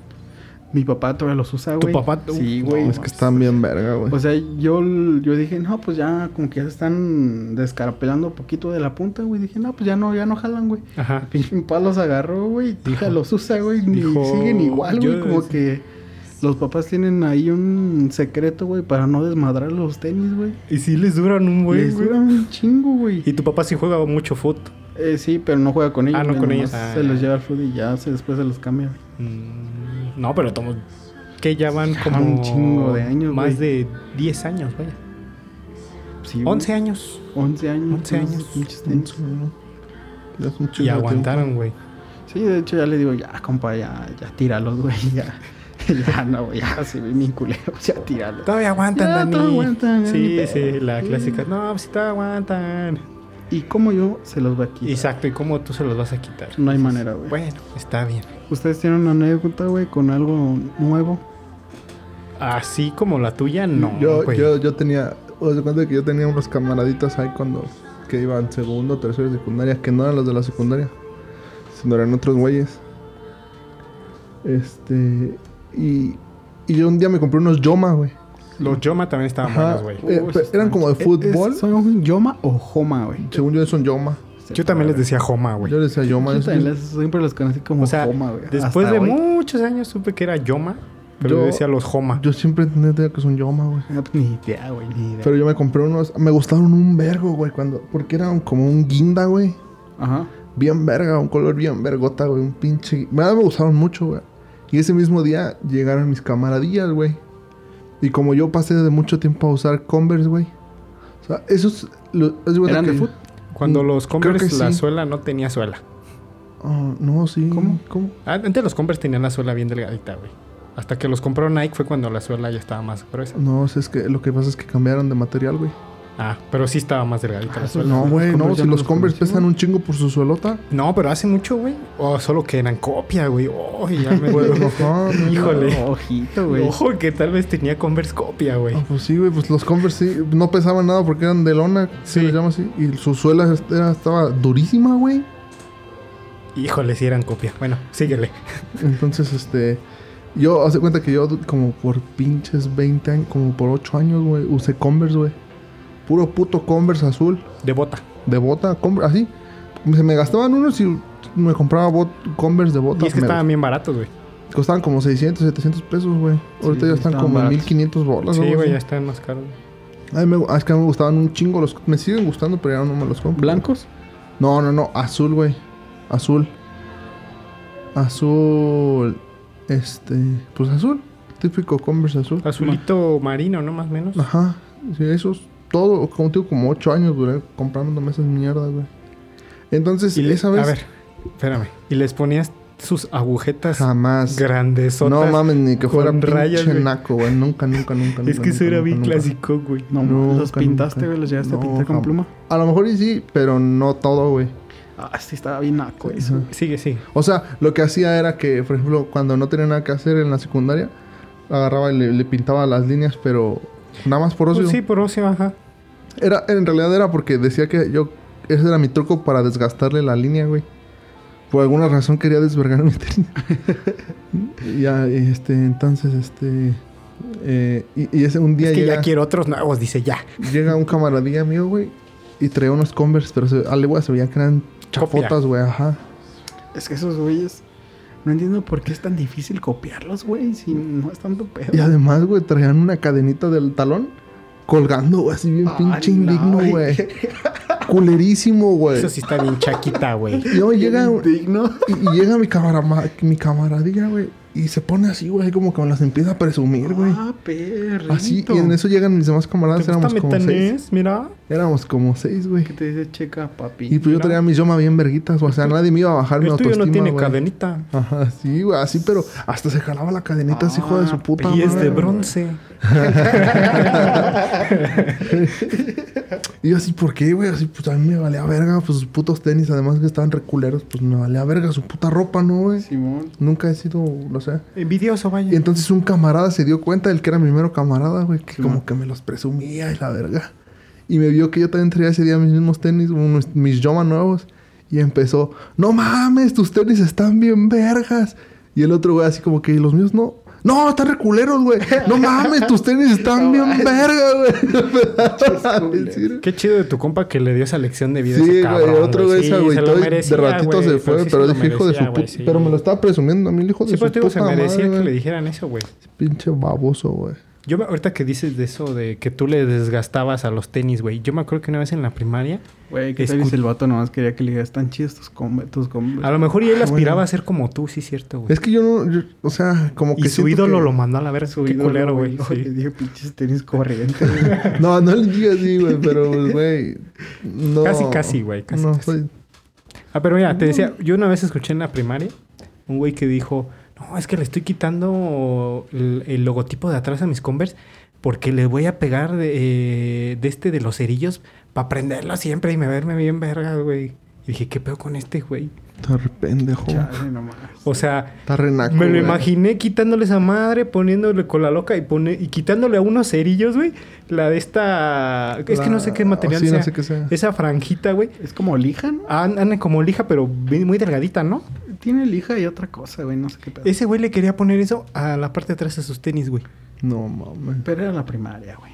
B: Mi papá todavía los usa,
A: ¿Tu
B: güey.
A: papá?
B: Sí,
A: No,
B: güey.
C: Es que están bien verga, güey.
A: Pues,
B: O sea, yo, yo dije, no, pues ya como que ya se están descarapelando un poquito de la punta, güey. Dije, no, pues ya no, ya no jalan, güey.
A: Ajá.
B: Pinche mi papá los agarró, güey. Tija, los usa, güey. ni-
A: dijo,
B: siguen igual, güey.
A: yo-
B: Como que los papás tienen ahí un secreto, güey, para no desmadrar los tenis, güey.
A: Y sí les duran un
B: Les
A: buen, güey.
B: duran un chingo, güey.
A: Y tu papá sí juega mucho foot.
B: Eh, sí, pero no juega con ellos.
A: Ah, no
B: güey,
A: con
B: nomás
A: ellos. Ah,
B: Se los
A: ya.
B: lleva al fútbol y ya se, después se los cambia, güey.
A: Mm, No, pero tomo... Que ya van
B: Ya
A: como...
B: Ah, un chingo de años,
A: Más
B: güey.
A: de 10 años, vaya.
B: Sí, güey.
A: 11 años.
B: 11 años.
A: 11
B: unos
A: años.
B: pinches tenis.
C: Ya es un chingo de
A: Y
C: tiempo.
A: aguantaron, güey.
B: Sí, de hecho ya le digo, ya, compa, ya, ya tíralos, güey, ya. Ya, no, güey, ya se ve bien culero, ya tíralos.
A: Todavía aguantan,
B: Ya,
A: Dani.
B: todavía aguantan, ya ni
A: sí,
B: pedo.
A: sí, la
B: Sí.
A: clásica. No, pues sí, todavía aguantan.
B: Y como yo, se los voy a quitar.
A: Exacto, ¿y cómo tú se los vas a quitar?
B: No hay manera, güey.
A: Bueno, está bien.
B: ¿Ustedes tienen una anécdota, güey, con algo nuevo?
A: Así como la tuya, no.
C: yo,
A: güey.
C: yo, yo tenía, o sea, cuenta que yo tenía unos camaraditas ahí cuando que iban segundo, tercero y secundaria, que no eran los de la secundaria, sino eran otros güeyes. Este, y, y yo un día me compré unos Yoma, güey.
A: Los Yoma también estaban
C: Ajá,
A: buenos, güey.
C: eh,
B: Uy,
C: pe-
B: esos
C: eran
B: están
C: como de
B: ch-
C: fútbol.
B: ¿Es- ¿Son un Yoma o Joma, güey?
C: Según yo, son Yoma.
A: Yo también les decía Joma, güey.
C: Yo les decía Yoma.
B: Yo
C: es-
B: también les- siempre los conocí como
A: O sea,
B: Joma, güey.
A: después
B: hasta
A: de
B: hoy.
A: muchos años supe que era Yoma, pero yo,
C: Yo-
A: decía los Joma.
C: Yo siempre entendía que son Yoma, güey.
B: Ah, pues, Ni idea, güey, ni idea.
C: Pero yo me compré unos, me gustaron un vergo, güey, cuando, porque eran como un guinda, güey.
B: Ajá.
C: bien verga, un color bien vergota, güey, un pinche. Me, me gustaron mucho, güey. Y ese mismo día llegaron mis camaradillas, güey. Y como yo pasé de mucho tiempo a usar Converse, güey. O sea, esos. lo- haz de cuenta
B: ¿Eran de
C: que-
B: fútbol?
A: Cuando
C: Mm,
A: los
C: creo
A: Converse,
C: que
A: la
C: sí.
A: suela no tenía suela.
C: Ah, no, sí.
B: ¿Cómo?
C: ¿Cómo?
A: Ah, Antes los Converse tenían la suela bien delgadita, güey. Hasta que los compró Nike fue cuando la suela ya estaba más gruesa.
C: No, o sea, es que lo que pasa es que cambiaron de material, güey.
A: Ah, pero sí estaba más delgadita
B: Ah,
A: la
B: eso
A: suela.
C: No,
B: los
C: güey, no.
B: Converse ya
C: Si
B: no
C: los
B: los
C: Converse
B: conocimos.
C: pesan un chingo por su suelota.
A: No, pero hace mucho, güey. O solo que eran copia, güey. Oh, ya me
C: Güey, ajá, no.
A: Híjole.
B: Ojito, güey.
A: Ojo que tal vez tenía Converse copia, güey.
C: Ah, pues sí, güey, pues los Converse sí, no pesaban nada porque eran de lona,
A: Sí.
C: se les llama así. Y su suela era- estaba durísima, güey.
A: Híjole, sí eran copia. Bueno, síguele.
C: Entonces, este. Yo, hace cuenta que yo, du- como por pinches 20 años, como por 8 años, güey, usé Converse, güey. Puro puto Converse azul,
A: De bota.
C: de bota, Converse, así. Se me gastaban unos y me compraba bot- Converse de bota.
A: Y es que
C: me-
A: estaban bien baratos, güey.
C: Costaban como 600, 700 pesos, güey. Ahorita
B: sí,
C: ya están
B: estaban
C: como en
B: baratos.
C: 1500 bolas,
A: Sí,
C: algo
A: güey,
C: así.
A: ya estaban más caros.
C: A mí me, ah, es que a mí me gustaban un chingo, los, me siguen gustando, pero ya no me los compro.
B: ¿Blancos?
C: No, no, no, azul, güey. Azul. Azul. Este. Pues azul. Típico Converse azul.
A: Azulito marino, ¿no? Más o menos.
C: Ajá. Sí, esos. Todo, como te digo, como 8 años duré comprándome esas mierdas, güey. Entonces,
A: Y le-
C: esa vez.
A: A ver, espérame. Y les ponías sus agujetas
C: jamás.
A: grandes.
C: No mames, ni que fuera
A: con
C: pinche
A: rayas, güey.
C: naco, güey. Nunca, nunca, nunca.
A: Es
C: nunca,
A: que eso
C: nunca,
A: era
C: nunca,
A: bien
C: nunca.
A: clásico, güey.
B: No,
C: Nunca,
B: los pintaste,
C: nunca.
B: güey, los llegaste
C: No,
B: a pintar con
C: jamás.
B: pluma.
C: A lo mejor y sí, pero no todo, güey.
B: Ah, sí, estaba bien naco eso.
C: Ajá.
A: Sigue, sigue.
C: O sea, lo que hacía era que, por ejemplo, cuando no tenía nada que hacer en la secundaria, agarraba y le, le pintaba las líneas, pero nada más por ocio.
A: Pues sí, por ocio, ajá.
C: Era, en realidad era porque decía que yo, ese era mi truco para desgastarle la línea, güey. Por alguna razón quería desvergar mi línea. Y ya, este, entonces, este, eh, y, y ese un día
A: Es que ya
C: llega,
A: quiero otros nuevos, dice ya.
C: llega un camaradilla mío, güey, y traía unos Converse, pero se, al igual se veían que eran chafotas, güey, ajá.
B: Es que esos güeyes. No entiendo por qué es tan difícil copiarlos, güey, si no es tanto pedo.
C: Y además, güey, traían una cadenita del talón colgando, güey, así bien
B: Ay,
C: pinche
B: no,
C: indigno,
B: güey.
C: güey. Culerísimo, güey.
A: Eso sí está bien chaquita, güey.
C: Y luego llega,
D: Digno.
C: y, y llega mi, camarama- mi camaradilla, güey. Y se pone así, güey, como que me las empieza a presumir, güey.
D: Ah, perrito.
C: así, y en eso llegan mis demás
A: ¿Te
C: camaradas.
A: gusta
C: Éramos como seis.
A: metanés? Mira.
C: Éramos como seis, güey.
D: ¿Qué te dice checa, papi?
C: Y pues yo
A: Mira.
C: traía mis yoma bien verguitas, güey. O sea, nadie me iba a bajar mi
A: El tuyo
C: autoestima,
A: no tiene
C: güey.
A: cadenita.
C: Ajá, sí, güey. Así, pero hasta se jalaba la cadenita, ese hijo de su puta
A: Ah, Y es
C: madre,
A: de
C: güey.
A: bronce.
C: Y yo así, ¿por qué, güey? Así, pues a mí me valía verga. Pues sus putos tenis, además que estaban reculeros, pues me valía verga su puta ropa, ¿no, güey?
B: Simón.
C: Nunca he sido, no sé.
A: Envidioso,
C: Y
A: vaya.
C: entonces un camarada se dio cuenta, el que era mi mero camarada, güey, que
B: Sí,
C: como
B: man.
C: que me los presumía y la verga. Y me vio que yo también traía ese día mis mismos tenis, unos, mis Yoma nuevos. Y empezó, no mames, tus tenis están bien vergas. Y el otro güey así como que, "¿Y los míos no? No, están reculeros, güey. No mames, tus tenis están
D: No
C: bien
D: mames.
C: vergas, güey. Empezaron a
D: culeros.
C: decir.
A: Qué chido de tu compa que le dio esa lección de vida. a
C: Sí,
A: ese
C: güey,
A: cabrón,
C: otro güey
A: Sí,
C: se agüitó
A: lo
C: y
A: merecía,
C: de ratito
A: güey,
C: se fue,
A: sí
C: pero
A: se lo
C: dije, hijo de su
A: merecía,
C: puta.
A: güey, sí.
C: Pero me lo estaba presumiendo a mí, el hijo de
A: Sí,
C: su
A: pues te
C: puta
A: digo, se merecía
C: madre,
A: que le
C: güey.
A: dijeran eso, güey.
C: Pinche baboso, güey.
A: Yo me- ahorita que dices de eso de que tú le desgastabas a los tenis, güey. Yo me acuerdo que una vez en la primaria,
B: Güey, ¿qué
A: Escu-
B: tal si el vato nomás quería que le digas tan chidos tus combos? Tus combos?
A: a lo mejor y él
C: Ah,
A: aspiraba
C: bueno.
A: a ser como tú, sí cierto, güey.
C: Es que yo no, yo- o sea, como que
A: Y su
C: siento
A: ídolo
C: que-
A: lo mandó a la verga, su
B: ídolo,
A: culero, güey.
B: no,
A: sí.
B: Le dije pinches tenis corrientes. güey.
C: No, no le digo así, güey, pero pues, güey, no.
A: Casi, casi, güey, casi,
C: No,
A: casi.
C: soy
A: Ah, pero mira, te decía, yo una vez escuché en la primaria un güey que dijo, no, es que le estoy quitando el, el logotipo de atrás a mis Converse porque le voy a pegar de, eh, de este de los cerillos para prenderlo siempre y me verme bien verga, güey. Y dije, ¿qué pedo con este güey?
C: está re pendejo.
B: Chale, no mames.
A: O sea,
C: Está re naco,
A: me lo
C: güey.
A: imaginé quitándole esa madre, poniéndole con la loca y pone, y quitándole a unos cerillos, güey. La de esta... Es que no sé qué
C: La-
A: material
C: sí,
A: sea.
C: no sé qué sea.
A: Esa franjita, güey.
B: Es como lija, ¿no?
A: An- Anda como lija, pero bien- muy delgadita, ¿no?
B: Tiene lija y otra cosa, güey. No sé qué pedo.
A: Ese güey le quería poner eso a la parte de atrás de sus tenis, güey.
C: No, mames.
B: Pero era la primaria, güey.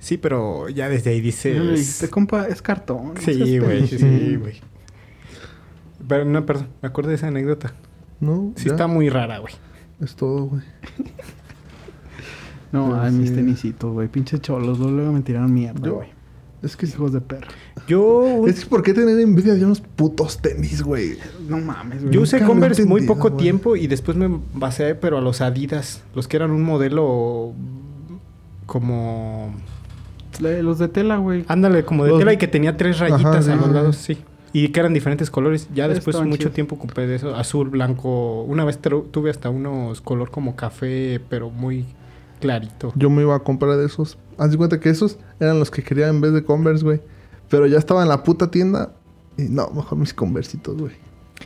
A: Sí, pero ya desde ahí
B: Yo le dijiste,
A: dices...
B: compa, es cartón. no seas
A: Sí, güey,
B: pendejo".
A: sí, sí, güey. Pero no, perdón, me acuerdo de esa anécdota.
C: No,
A: Sí
C: ya,
A: está muy rara, güey.
C: es todo, güey.
B: No,
C: Pero
B: ay,
C: sí.
B: mis tenisitos, güey. Pinche cholos. luego- Luego me tiraron mierda,
C: Yo-
B: güey.
C: Es que,
B: Hijos de perro.
A: Yo,
C: es que, ¿por qué tener envidia de unos putos tenis, güey?
B: No mames, güey.
A: yo usé
C: nunca lo he
A: Converse muy
C: entendido,
A: poco
C: güey.
A: tiempo y después me basé, pero a los Adidas. Los que eran un modelo como...
B: La- Los de tela, güey.
A: Ándale, como de
C: Los-
A: tela y que tenía tres
C: Ajá,
A: rayitas
C: sí,
A: a los
C: sí,
A: lados, sí. Y que eran diferentes colores. Ya después
B: Estaban
A: mucho
B: chidos.
A: tiempo ocupé de eso. Azul, blanco. Una vez tru- tuve hasta unos color como café, pero muy clarito.
C: Yo me iba a comprar de esos. Haz de cuenta que esos eran los que quería en vez de Converse, güey. Pero ya estaba en la puta tienda y no, mejor mis Conversitos, güey.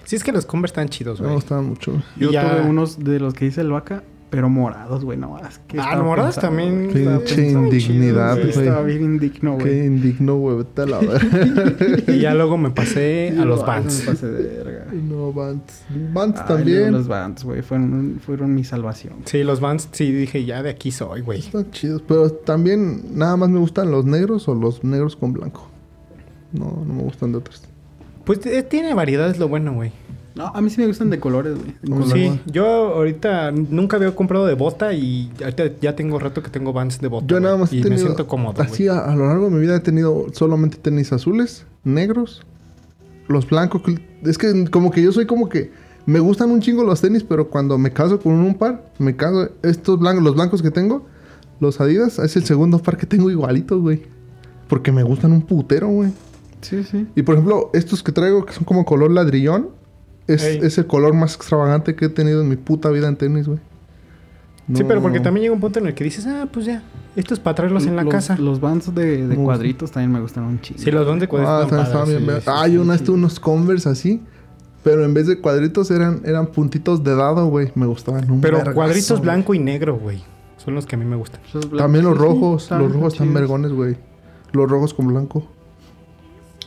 A: Sí, es que los Converse están
B: Pues,
A: chidos,
C: No me
A: güey.
C: gustaban mucho, güey.
B: Yo
A: Y ya-
B: tuve unos de los que dice el vaca, pero morados, güey. No, es que.
A: Ah,
B: estaba
A: los morados
B: pensando,
A: también.
B: güey. Estaba
C: Pinche
B: pensando,
C: indignidad,
B: güey.
C: güey.
B: Estaba bien indigno,
C: Qué
B: güey.
C: indigno, güey. Vete a la verga.
A: Y ya luego me pasé a los
B: No, eso
A: Vans.
B: me pasé de verga.
C: No, Vans. Vans
B: Ay,
C: también.
B: luego Los Vans, güey. Fueron, fueron mi salvación.
A: Sí, los Vans, sí, dije, ya de aquí soy, güey.
C: Están chidos, pero también nada más me gustan los negros o los negros con blanco. No, no me gustan de otros.
A: Pues eh, tiene variedad, es lo bueno, güey.
B: No, a mí sí me gustan de colores, güey. De
C: Mm,
B: color,
A: Pues Sí,
C: güey.
A: yo ahorita nunca había comprado de bota y ahorita ya tengo rato que tengo Vans de bota.
C: Yo nada
A: güey.
C: más he
A: Y me
C: tenido-
A: siento cómodo,
C: Así
A: güey.
C: a, a lo largo de mi vida he tenido solamente tenis azules, negros, los blancos. cl- Es que como que yo soy como que me gustan un chingo los tenis, pero cuando me caso con un par, me caso estos blancos, los blancos que tengo, los Adidas, es el segundo par que tengo igualito, güey. Porque me gustan un putero, güey.
B: Sí, sí.
C: Y por ejemplo, estos que traigo que son como color ladrillón, es,
A: Ey.
C: es el color más extravagante que he tenido en mi puta vida en tenis, güey.
A: Sí, pero porque
C: No.
A: también llega un punto en el que dices, ah, pues ya, esto es para traerlos en la
B: Los-
A: casa.
B: Los Vans de, de
C: gustan.
B: cuadritos también me gustan un chingo.
A: Sí, los van de cuadritos.
C: Ah,
A: están
C: también estaban
A: padres,
C: bien.
A: sí,
C: ver-
A: sí,
C: ah,
A: sí.
C: yo una vez tuve unos Converse así, pero en vez de cuadritos eran, eran puntitos de dado, güey. Me gustaban un
A: Pero
C: vergazo,
A: cuadritos
C: güey.
A: blanco y negro, güey. Son los que a mí me gustan.
B: Esos blancos,
C: También los
B: sí, sí,
C: rojos, los rojos
B: están
C: están vergones, güey. Los rojos con blanco.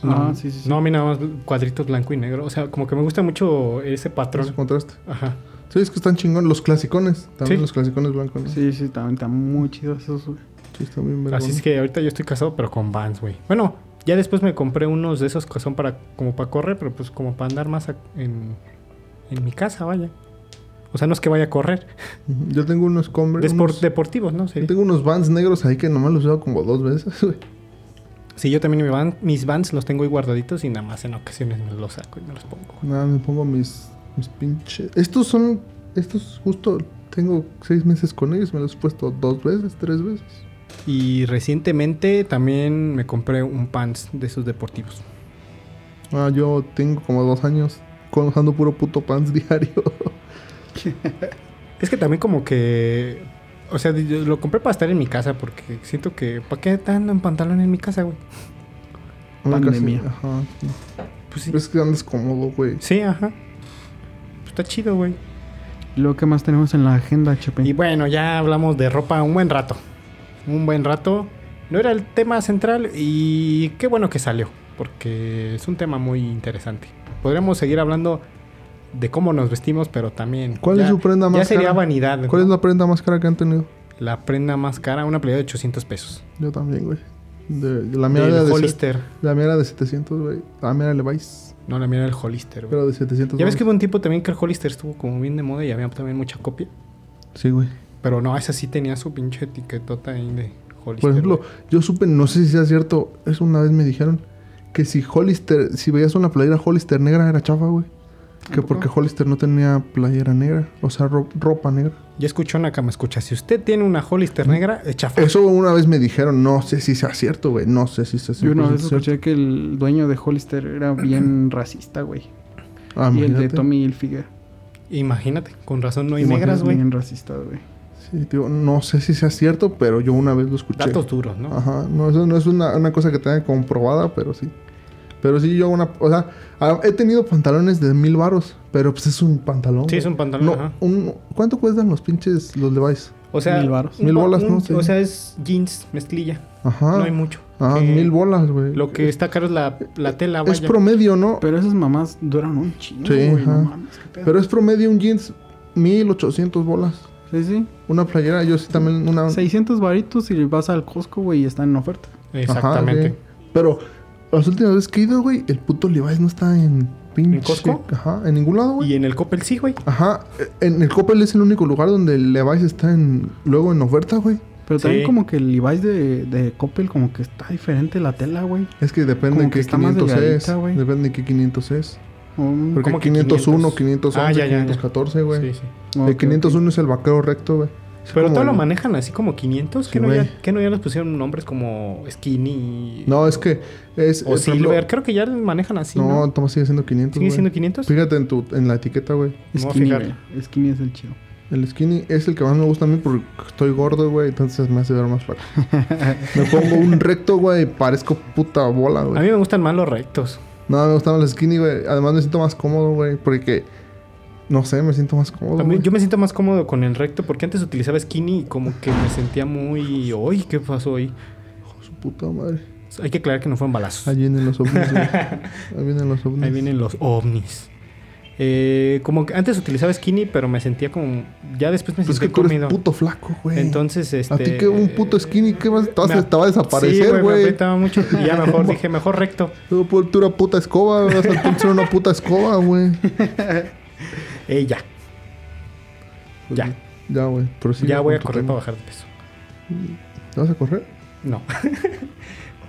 B: Ah, sí, sí, sí.
A: No, a mí nada más cuadritos blanco y negro. O sea, como que me gusta mucho ese
C: Ese
A: patrón.
C: contraste.
A: Ajá.
C: Sí, es que están chingones. Los clasicones. También
A: Sí.
C: los clasicones blancos. ¿no? Sí.
B: Sí, sí, también están muy chidos esos, güey.
C: están bien
A: Así
C: vergones.
A: es que ahorita yo estoy casado, pero con Vans, güey. Bueno, ya después me compré unos de esos que son para, como para correr, pero pues como para andar más a- en, en mi casa, vaya. O sea, no es que vaya a correr.
C: Ujú. Yo tengo unos Converse.
A: Despor-
C: unos-
A: deportivos, ¿no?
C: Yo
A: Sería.
C: tengo unos Vans negros ahí que nomás los veo como dos veces, güey.
A: Sí, yo también mi van- mis vans los tengo ahí guardaditos y nada más en ocasiones me los saco y me los pongo.
C: Nada, me pongo mis, mis pinches. Estos son. Estos justo tengo seis meses con ellos. Me los he puesto dos veces, tres veces.
A: Y recientemente también me compré un pants de esos deportivos.
C: Ah, yo tengo como dos años con- usando puro puto pants diario.
A: Es que también como que... O sea, yo lo compré para estar en mi casa porque siento que... ¿Para qué ando en pantalón en mi casa, güey?
C: Una casi-
B: Pandemia.
C: Ajá.
A: Pues sí.
C: Pero Es que andas cómodo, güey.
A: Sí, ajá. Pues Está chido, güey.
B: Lo que más tenemos en la agenda, Chepe.
A: Y bueno, ya hablamos de ropa un buen rato. Un buen rato. No era el tema central y qué bueno que salió, porque es un tema muy interesante. Podríamos seguir hablando de cómo nos vestimos, pero también...
C: ¿Cuál
A: ya-
C: es su prenda
A: Ya
C: más
A: sería
C: cara?
A: vanidad.
C: ¿Cuál es
A: ¿no?
C: la prenda más cara que han tenido?
A: La prenda más cara, una playera de 800 pesos.
C: Yo también, güey. De, de la mía
A: Del
C: era de, se-
A: Hollister.
C: la mía era de 700, güey. La mía era Levi's.
A: No, la mía era el Hollister, güey.
C: Pero de 700.
A: Ya ves que
C: güey.
A: hubo un tiempo también que el Hollister estuvo como bien de moda y había también mucha copia.
C: Sí, güey.
A: Pero no, esa sí tenía su pinche etiquetota ahí de Hollister.
C: Por ejemplo,
A: güey.
C: yo supe, no sé si sea cierto, es una vez me dijeron que si Hollister, si veías una playera Hollister negra era chafa, güey. Que
B: poco?
C: porque Hollister no tenía playera negra, o sea, ro- ropa negra.
A: Ya escuchó una cama, escucha. Si usted tiene una Hollister negra, echa fa-
C: Mm, Eso una vez me dijeron, no sé si sea cierto, güey, no sé si sea
B: Yo
C: cierto.
B: una vez escuché que el dueño de Hollister era bien racista, güey.
C: Ah,
B: y el de
C: imagínate.
B: Tommy Hilfiger.
A: Imagínate, con razón no hay
B: Imagínate,
A: negras, güey.
B: Bien racista, güey.
C: Sí, tío, no sé si sea cierto, pero yo una vez lo escuché.
A: Datos duros, ¿no?
C: Ajá, no, eso no es una, una cosa que tenga comprobada, pero sí. Pero sí, yo una. O sea, ah, he tenido pantalones de mil varos, pero pues es un pantalón.
A: Sí, es
C: güey.
A: un pantalón,
C: No,
A: ajá.
C: un- ¿Cuánto cuestan los pinches los Levi's?
A: O sea,
B: Mil varos.
A: un
C: Mil
A: pa-
C: bolas,
A: un-
C: ¿no? Sí.
A: O sea, es jeans, mezclilla.
C: Ajá.
A: No hay mucho.
C: Ah,
A: Que
C: mil bolas, güey.
A: Lo que está caro es la, la tela,
C: Es
A: vaya.
C: promedio, ¿no?
B: Pero esas mamás duran un chingo,
C: Sí,
B: güey.
C: ajá.
B: No mames, qué pedo.
C: Pero es promedio un jeans, mil ochocientos bolas.
B: Sí, sí.
C: Una playera, yo sí también
A: Ah.
C: una.
B: 600 varitos y vas al Costco, güey, y están en oferta.
C: Ajá,
A: Exactamente.
C: sí. Pero las últimas veces que he ido, güey, el puto Levi's no está en pinche.
A: ¿En Costco?
C: Ajá, en ningún lado, güey.
A: y en el Coppel sí, güey.
C: Ajá, en el Coppel es el único lugar donde el Levi's está en, luego en oferta, güey.
B: Pero también
A: Sí.
B: como que el Levi's de, de Coppel como que está diferente la tela, güey.
C: Es que depende
B: Como
C: de
B: que
C: qué
B: está más
C: 500 es.
B: delgadita, güey.
C: Depende de qué 500 es.
B: Um,
C: Porque
A: ¿Cómo Mm, que
C: 501,
A: 500?
C: 511,
A: Ah, ya, ya, ya.
C: 514, güey.
A: Sí, sí.
B: ok,
C: El
B: ok.
C: 501 es el vaquero recto, güey. Es
A: Pero
C: como
A: todo lo
C: el-
A: manejan así como 500.
C: Sí,
A: que, no
C: güey.
A: ya, que no ya les pusieron nombres como Skinny.
C: No, es que es...
A: O
C: es, por
A: Silver.
C: ejemplo,
A: Creo que ya manejan así.
C: no,
A: No,
C: toma, sigue siendo 500,
A: ¿Sigue
C: güey.
A: siendo 500?
C: Fíjate en, tu, en la etiqueta, güey.
A: Me voy a
B: Skinny,
A: fijar.
B: güey. Skinny es el chido.
C: El skinny es el que más me gusta a mí porque estoy gordo, güey. Entonces me hace ver más flaco. me pongo un recto, güey. y Parezco puta bola,
A: A
C: güey.
A: mí me gustan más los rectos.
C: No, me gustan los skinny, güey. Además me siento más cómodo, güey. Porque... No sé, me siento más cómodo,
A: También
C: Oh, güey.
A: yo me siento más cómodo con el recto porque antes utilizaba skinny y como que me sentía muy. ¡Uy! ¿Qué pasó hoy?
C: Su puta madre.
A: Hay que aclarar que no fueron balazos.
C: Ahí vienen los ovnis, güey. Ahí vienen los ovnis.
A: Ahí vienen los ovnis. Eh, como que antes utilizaba skinny, pero me sentía como. Ya después me
C: Pues es
A: sentí
C: que tú eres
A: comido.
C: puto flaco, güey.
A: Entonces, este.
C: A ti que un puto skinny, ¿qué vas? Te, vas-
A: me ap-
C: te va a
A: Sí,
C: desaparecer,
A: Me
C: güey.
A: apretaba mucho. Y ya mejor dije, mejor recto.
C: Tú por- tú una puta escoba, vas a tener una puta escoba, güey.
A: Eh, ya.
C: Pues
A: Ya.
C: Ya, güey. prosigue
A: ya voy a
C: con tu
A: correr para bajar
C: tema.
A: de peso.
C: ¿Te vas a correr?
A: No.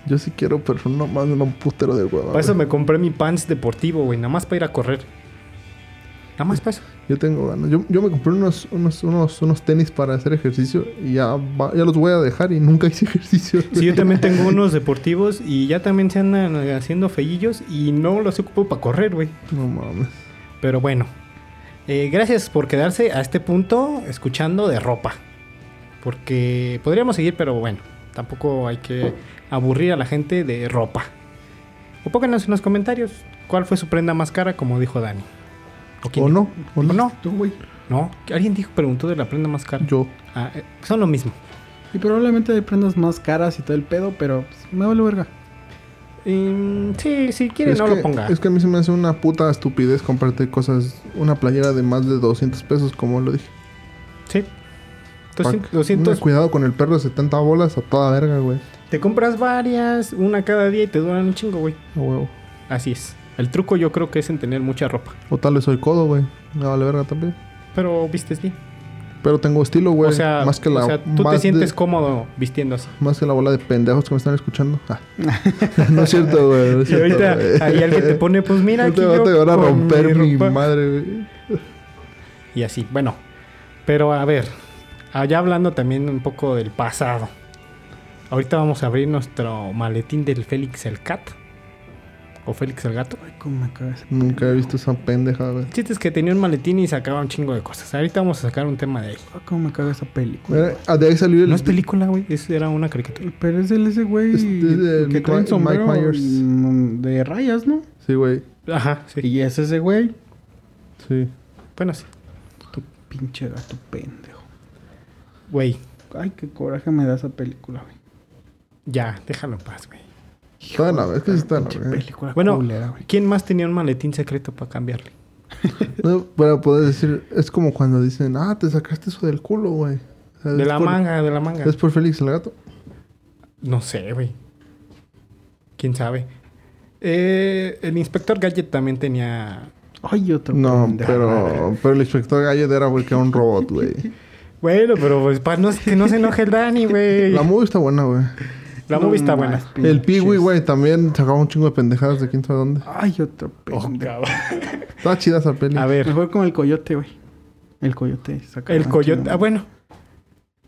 C: Yo sí quiero, pero no más un putero de hueva.
A: Para eso
C: güey.
A: me compré mi pants deportivo, güey. Nada más para ir a correr. Nada más para eso.
C: Yo tengo ganas. Yo, yo me compré unos, unos, unos, unos tenis para hacer ejercicio y ya, va- ya los voy a dejar y nunca hice ejercicio.
A: Sí, yo también tengo unos deportivos y ya también se andan eh, haciendo feillillos y no los ocupo para correr, güey.
C: No mames.
A: Pero bueno, eh, gracias por quedarse a este punto escuchando de ropa. Porque podríamos seguir, pero bueno, tampoco hay que aburrir a la gente de ropa. O pónganos en los comentarios cuál fue su prenda más cara, como dijo Dani. quién
C: ¿O
A: dijo?
C: no? ¿O no?
A: no?
B: Tú, güey.
A: No, alguien dijo, preguntó de la prenda más cara.
C: Yo.
A: Ah, eh, son lo mismo.
B: Y probablemente hay prendas más caras y todo el pedo, pero pues, me vale verga.
A: Mm, sí, si quiere,
C: Es
A: no
C: que,
A: lo ponga.
C: Es que a mí se me hace una puta estupidez compartir cosas, una playera de más de 200 pesos, como lo dije.
A: Sí.
C: Pac.
A: 200,
C: Mira, cuidado con el perro de 70 bolas a toda verga, güey.
A: Te compras varias, una cada día y te duran un chingo, güey.
C: A huevo.
A: Así es. El truco yo creo que es en tener mucha ropa.
C: O tal vez soy codo, güey. Me vale verga también.
A: Pero vistes bien.
C: Pero tengo estilo, güey.
A: o sea,
C: más que la,
A: o sea, tú
C: más
A: te
C: de-
A: sientes cómodo vistiendo así.
C: más que la bola de pendejos que me están escuchando. Ah. no es cierto, güey. no es
A: Y
C: cierto,
A: ahorita
C: güey.
A: ahí alguien te pone, pues mira,
C: No
A: aquí
C: te vas
A: yo
C: a llevar a
A: con
C: romper mi,
A: ropa.
C: madre, güey.
A: Y así, bueno. Pero a ver, allá hablando también un poco del pasado. Ahorita vamos a abrir nuestro maletín del Félix el Cat. O Félix el Gato.
B: Ay, cómo me caga ese-
C: Nunca he visto esa pendeja, güey.
A: El chiste es que tenía un maletín y sacaba un chingo de cosas. Ahorita vamos a sacar un tema de ahí.
B: Ay, cómo me caga esa película.
C: Mira, ah, de ahí salió el.
A: No es película, güey. Es- Era una caricatura.
B: Pero es el ese güey
C: Es de- de
B: que trae
C: Mike-
B: un sombrero
C: Mike Myers.
B: mm, de rayas, ¿no?
C: Sí, güey.
A: Ajá, sí.
B: Y es ese güey.
C: Sí.
A: Bueno, sí.
B: Tu pinche gato pendejo.
A: Güey,
B: Ay, qué coraje me da esa película, güey.
A: ya, déjalo en paz, güey.
C: Está en la verga, es que sí está en la
B: Pinche
C: verga.
B: película
A: Bueno,
B: culera, güey.
A: ¿quién más tenía un maletín secreto para cambiarle?
C: No, para poder decir, es como cuando dicen, ah, te sacaste eso del culo, güey. O sea,
A: De
C: es
A: la
C: por-
A: manga, de la manga.
C: Es por Félix el gato.
A: No sé, güey. ¿Quién sabe? Eh, el inspector Gadget también tenía...
B: Ay, otro
C: No,
B: pendejo.
C: pero, pero el inspector Gallet era porque era un robot, güey.
A: Bueno, pero pues para no, que no se enoje el Dani, güey.
C: La movie está buena, güey.
A: La
B: No
A: movie está
B: más,
A: buena.
B: pinches.
C: El Piwi, güey, también sacaba un chingo de pendejadas de quién sabe dónde.
B: Ay, otro
A: Oh,
B: pendejo.
A: cabrón.
C: Estaba chida esa peli.
A: A
B: Me
A: ver,
B: jugué con el coyote, güey. El coyote. saca
A: el
B: la
A: coyote...
B: chingada.
A: Ah, bueno.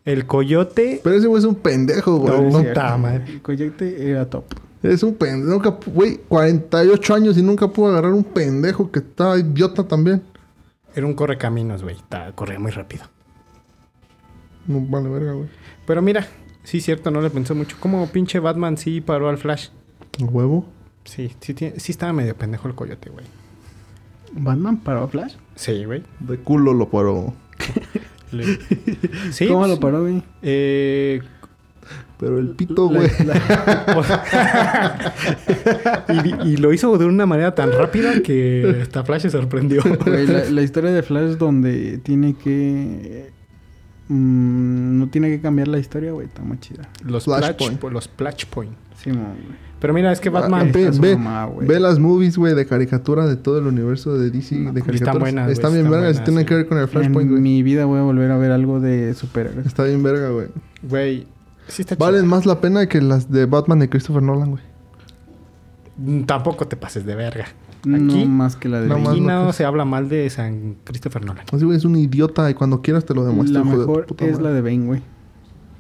A: El coyote...
C: Pero ese güey es un pendejo, güey.
A: No,
C: No,
A: puta
B: cierto,
A: madre.
B: güey. El coyote era top.
C: Es un pendejo. Nunca pu- Güey, 48 años y nunca pudo agarrar un pendejo que estaba idiota también.
A: Era un correcaminos, güey. Ta- Corría muy rápido.
C: No vale verga, güey.
A: Pero mira, sí, cierto, no le pensó mucho. Como pinche Batman sí paró al Flash.
C: ¿El huevo?
A: Sí, sí, tiene- sí estaba medio pendejo el coyote, güey.
B: Batman paró a Flash.
A: Sí, güey.
C: De culo lo paró.
A: Le- Sí.
B: ¿Cómo
A: pues,
B: lo paró, güey?
A: eh,
C: Pero el pito, güey.
A: y, di- y lo hizo de una manera tan rápida que hasta Flash se sorprendió.
B: Güey, la, la historia de Flash donde tiene que... mm, no tiene que cambiar la historia, güey. Está muy chida.
A: Los
C: Flashpoint.
A: Flashpoint. Los Flashpoint.
B: Simón, güey.
A: Pero mira, es que
C: Ah,
A: Batman.
C: ve,
B: Está su
C: ve,
B: mamá, güey.
C: ve las movies, güey, de caricatura de todo el universo de DC. de caricaturas.
A: están buenas, güey,
C: Están bien
A: están
C: verga. Si
A: buenas,
C: tienen
A: sí.
C: que ver con el Flashpoint,
B: En
C: güey.
B: mi vida voy a volver a ver algo de superhéroes.
C: Está bien verga, güey.
A: Güey. Sí está
C: Valen
A: chido.
C: más la pena que las de Batman de Christopher Nolan, güey.
A: Mm, Tampoco te pases de verga.
B: No
A: Aquí-
B: más que la de...
C: No
B: Bane.
C: más
A: Aquí
C: no
A: no
C: te-
A: se habla mal de San Christopher Nolan.
C: Así, güey, es un idiota y cuando quieras te lo demuestro,
B: la
C: hijo de tu
B: mejor
C: puta
B: es
C: madre.
B: la de Bane, güey.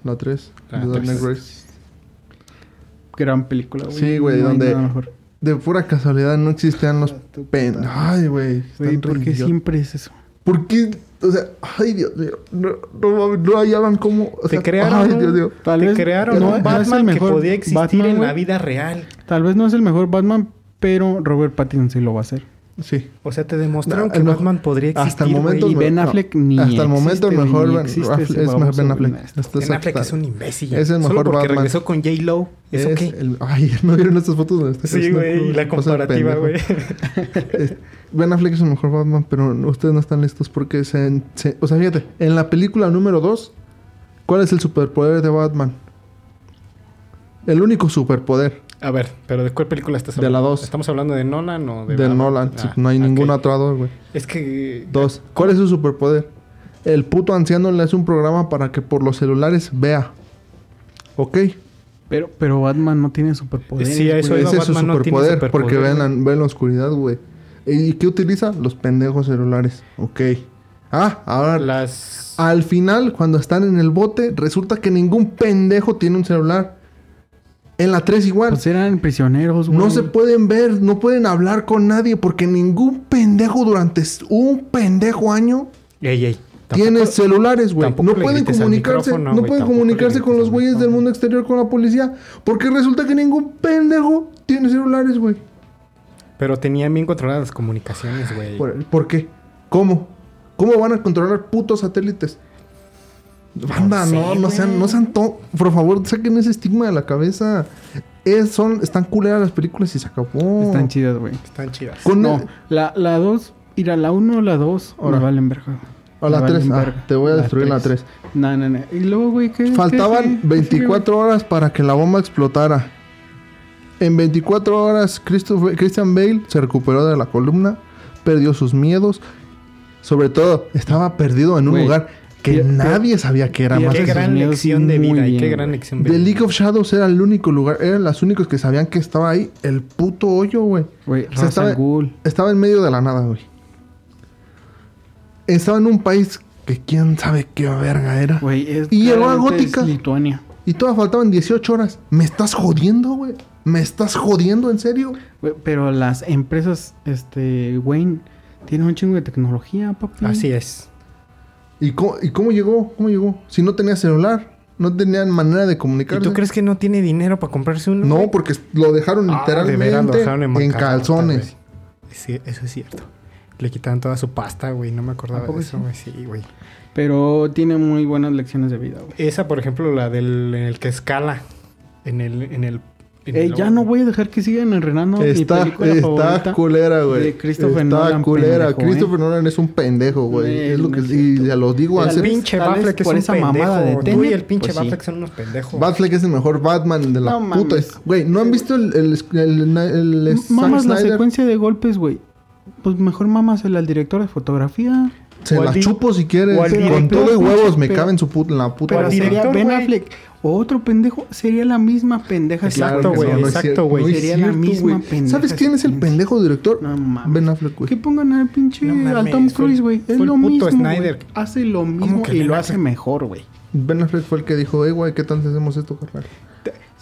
C: La 3.
A: La
C: de Dark
A: tres.
C: Knight Rises.
B: Gran película, güey.
C: Sí, güey,
B: No hay
C: donde-
B: nada mejor.
C: De pura casualidad no existían los
B: Tu puta
C: pen... Ay, güey. están
B: Güey,
C: re
B: ¿por qué
C: idiotas.
B: siempre es eso?
C: ¿Por qué? O sea, ay, Dios mío. No, no, mames, no hallaban cómo... O
A: Te
C: sea,
A: crearon
C: Ay,
A: un-
C: Dios mío.
B: Tal
A: Te
B: vez
A: crearon
B: no-
A: un
B: no es el
A: Batman
B: mejor
A: que podía existir
B: Batman,
A: en la
B: güey.
A: vida real.
B: Tal vez no es el mejor Batman, pero Robert Pattinson sí lo va a hacer.
C: Sí.
A: O sea, te demostraron
C: No,
A: que
C: el
A: Batman podría existir.
C: hasta el momento
A: güey.
B: Y
C: no-
B: Ben Affleck ni
C: Hasta el
B: existe,
C: momento el
B: güey,
C: mejor
B: ni
C: Ben,
B: existe
C: Affleck-
B: ese
C: es mejor
B: baboso,
C: Ben
B: güey,
C: Affleck.
B: maestro.
C: Estás
A: Ben Affleck
C: aceptado.
A: es un imbécil.
C: Es el
A: Solo
C: mejor
A: porque
C: Batman.
A: regresó con J-Lo. ¿Eso
C: Es
A: qué?
C: el- Ay, ¿no vieron estas fotos? donde está
A: Sí,
C: creciendo?
A: güey. Y la
C: Cosa de
A: comparativa,
C: pendejo.
A: güey.
C: Eh, Ben Affleck es el mejor Batman, pero ustedes no están listos porque se, se- O sea, fíjate, en la película número 2, ¿cuál es el superpoder de Batman? El único superpoder
A: A ver, pero ¿de cuál película estás
C: de
A: hablando?
C: la 2,
A: ¿Estamos hablando de Nolan o de...
C: de
A: Batman?
C: Nolan.
A: Ah,
C: Sí, no hay
A: ok.
C: ningún atrador, güey.
A: Es que...
C: Dos, ¿cuál es su superpoder? El puto anciano le hace un programa para que por los celulares vea. Ok,
B: Pero, pero Batman no tiene superpoderes.
A: Sí, a eso
B: güey.
A: iba.
C: ese es su
A: Pues Batman no tiene
C: superpoder, porque
A: superpoder,
C: ve en la, ve en la oscuridad, güey. ¿Y qué utiliza? Los pendejos celulares. Ok. Ah, ahora
A: Las...
C: Al final, cuando están en el bote, resulta que ningún pendejo tiene un celular. En la 3 igual.
B: Pues eran prisioneros, güey.
C: no se pueden ver, no pueden hablar con nadie porque ningún pendejo durante s- un pendejo año
A: Ey, ey.
C: tiene
A: Tampoco-
C: celulares, güey.
A: tampoco
C: No
A: le
C: pueden
A: grites al
C: comunicarse,
A: micrófono,
C: no
A: güey,
C: pueden
A: tampoco le
C: comunicarse con
A: grites
C: los
A: al
C: güeyes del mundo exterior con la policía porque resulta que ningún pendejo tiene celulares, güey.
A: Pero tenían bien controladas las comunicaciones, güey.
C: ¿Por, por qué? ¿Cómo? ¿Cómo van a controlar putos satélites? Banda,
A: sé,
C: no, no sean,
A: güey.
C: no sean to- Por favor, saquen ese estigma de la cabeza. Es, son, están culeras las películas y se acabó.
B: Están chidas, güey.
A: Están chidas.
C: Con-
B: No, la, la 2, ir a la 1 o la 2,
C: Ahora.
B: me valen verga.
C: A la
B: Me
C: 3.
B: valen verga.
C: te voy a
B: La
C: destruir la 3.
B: No, no, no. Y luego, güey, ¿qué? qué
C: Faltaban
B: sigue? ¿Qué sigue, güey?
C: 24 horas para que la bomba explotara. En 24 horas, Christopher- Christian Bale se recuperó de la columna, perdió sus miedos. Sobre todo, estaba perdido en un
B: Güey,
C: lugar que
B: Pier-
C: nadie sabía que era
B: pier-
C: más
A: Qué
B: Estados
A: gran
B: Unidos,
A: lección de
B: muy
A: vida. y
B: bien,
A: qué gran
B: güey.
A: lección de
C: The
A: vida.
C: League of Shadows era el único lugar, eran los únicos que sabían que estaba ahí el puto hoyo, güey.
B: Güey,
C: O sea,
B: Ra's al
C: estaba,
B: Ghul.
C: estaba en medio de la nada, güey. Estaba en un país que quién sabe qué verga era.
B: Güey, es.
C: Y llegó a
B: claramente es
C: Gótica.
B: Lituania.
C: Y todavía faltaban 18 horas. ¿Me estás jodiendo, güey? ¿Me estás jodiendo, en serio?
B: Güey, pero las empresas, este, Wayne, tienen un chingo de tecnología, papi.
A: Así es.
C: ¿Y cómo, ¿Y cómo llegó? ¿Cómo llegó? Si no tenía celular, no tenían manera de
A: ¿Y
C: comunicarse.
A: tú crees que no tiene dinero para comprarse uno?
C: No,
A: güey?
C: porque lo dejaron
A: Ah, de
C: literalmente
A: veras, lo dejaron
C: en,
A: bancarrota,
C: calzones.
A: güey. Sí, eso es cierto. Le quitaron toda su pasta, güey. No me acordaba de eso, güey. Sí, güey.
B: Pero tiene muy buenas lecciones de vida, güey.
A: Esa, por ejemplo, la del en el que escala. En el. En el, en
B: Eh,
A: el-
B: ya no voy a dejar que sigan enrenando mi
C: Está,
B: película
C: está
B: favorita.
C: culera, güey.
B: de Christopher
C: está
B: Nolan,
C: culera.
B: pendejo,
C: Christopher Nolan es un pendejo, güey.
B: Eh,
C: es lo
B: no
C: que
B: es
C: y
B: cierto.
C: ya lo digo
B: Tal
A: El
C: hace.
B: vez-
A: pinche
B: tal vez
A: Batfleck es
B: por
A: un
B: esa
A: pendejo.
B: mamada de
A: Tú y
B: Tenet,
A: el pinche
B: pues sí.
A: Batfleck son unos pendejos.
C: Batfleck es el mejor Batman de la
B: No
C: puta.
B: mames.
C: Güey, ¿no han visto el, el, el, el- el
B: M- Mamas
C: Zack
B: la
C: Snyder?
B: secuencia de golpes, güey. Pues mejor mamasela al director de fotografía.
C: Se
A: O al
C: la
A: di-
C: chupo si quieres.
A: o al
C: Con
A: director,
C: todo y huevos me
B: pero-
C: cabe en su puta, en la
A: pero
C: puta.
B: Pero
A: al
C: boca.
B: sería
A: director,
B: Ben
A: güey.
B: Affleck. Otro pendejo sería la misma pendeja.
A: Exacto,
B: Claro que
A: güey,
B: no, no es-
A: exacto,
C: cierto,
A: güey.
C: no es
B: Sería la
C: cierto,
B: misma
C: güey.
B: pendeja
C: ¿Sabes quién es el
B: siempre.
C: pendejo director?
B: No mames.
C: Ben Affleck, güey.
B: Que pongan al pinche
A: No mames,
B: al
A: fue
B: Tom
A: el-
B: Cruise, güey.
A: fue
B: Es
A: el
B: lo
A: puto
B: mismo. güey.
A: Snyder.
B: Hace lo mismo
A: que
B: y
A: Ben
B: lo
A: Affleck?
B: hace mejor, güey.
C: Ben Affleck fue el que dijo, hey, güey, ¿qué tal si hacemos esto, carnal?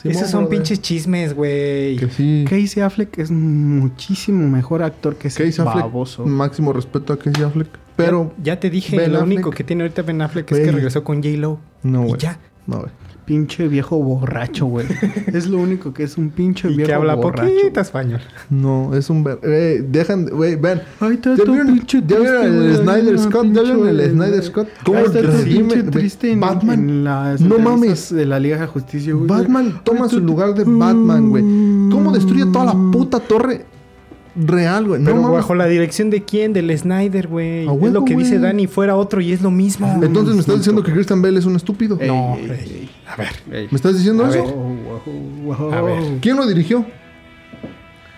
A: Esos
C: Simón,
A: son
C: brother.
A: pinches chismes, güey.
C: Que sí.
B: Mm. Casey Affleck es muchísimo mejor actor que ese
C: Casey Affleck.
B: baboso.
A: mm.
C: Máximo respeto a Casey Affleck. Pero,
A: Ya te dije,
C: Ben
A: lo
C: Affleck.
A: único que tiene ahorita Ben Affleck es
C: Güey.
A: que regresó con J-Lo.
C: no,
A: y
C: güey.
A: ya.
C: No, güey.
B: Pinche viejo borracho, güey. es lo único que es un pinche
A: Y
B: viejo
A: que habla
B: borracho.
A: poquito español.
C: No, es un ver. Eh, dejan, güey, ven.
B: Ahí está
C: ¿Ya
B: tu
C: vieron,
B: pinche
C: ya vieron
B: triste,
C: el
B: güey,
C: Snyder
B: ahí,
C: Scott? ¿Ya
B: pinche
C: vieron el
B: güey.
C: Snyder Scott? ¿Cómo
B: Ahí está tu
C: redime-
B: pinche
C: güey,
B: triste en,
C: Batman?
B: en las
C: No
B: entrevistas
C: mames.
B: de la Liga de Justicia, güey.
C: Batman toma su lugar de Batman, güey. ¿Cómo destruye toda la puta torre real, güey? No
A: Pero
C: mames.
A: bajo la dirección de quién? Del Snyder, güey.
C: A
A: es
C: huevo,
A: lo que dice
C: güey.
A: Dani, fuera otro y es lo mismo.
C: Entonces me estás diciendo que Christian Bale es un estúpido.
B: Ey,
A: No,
B: ey,
A: güey.
B: ey.
A: a ver.
B: Ey.
C: ¿Me estás diciendo
A: A
C: eso?
A: ver.
B: Wow, wow.
A: A ver.
C: ¿Quién lo dirigió?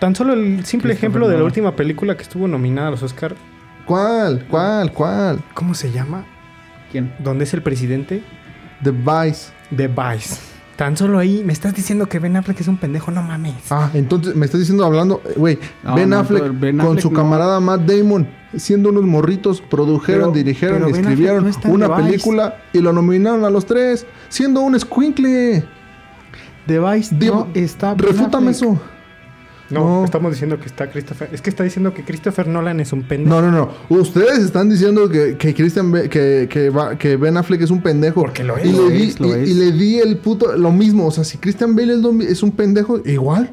A: Tan solo el simple
B: Christopher
A: ejemplo de la
B: Nolan.
A: última película que estuvo nominada a los Oscar.
C: ¿Cuál? ¿Cuál? ¿Cuál?
A: ¿Cómo se llama?
B: ¿Quién?
A: ¿Dónde es el presidente?
C: The Vice.
A: The Vice. Tan solo ahí me estás diciendo que Ben Affleck es un pendejo, no mames.
C: Ah, entonces me estás diciendo hablando, eh, güey,
B: No,
C: ben,
B: no,
C: Affleck,
B: pero Ben
C: con
B: Affleck
C: su
B: no.
C: camarada Matt Damon, siendo unos morritos, produjeron,
B: Pero-
C: dirigieron,
B: pero Ben Affleck
C: escribieron
B: no está en
C: una
B: The Vice.
C: película y lo nominaron a los tres, siendo un squinkle.
B: Device
C: Digo,
B: no está Ben
C: refútame
B: Affleck.
C: eso.
A: no,
C: no.
A: estamos diciendo que está Christopher. Es que está diciendo que Christopher Nolan es un pendejo.
C: No, no, no. Ustedes están diciendo que, que Christian Be- que, que, va- que Ben Affleck es un pendejo.
A: Porque lo es.
C: Y
B: Lo
C: le, di,
B: es, lo
C: y-
B: es.
C: y le di el puto. Lo mismo. O sea, si Christian Bale es, lo mi- es un pendejo, igual.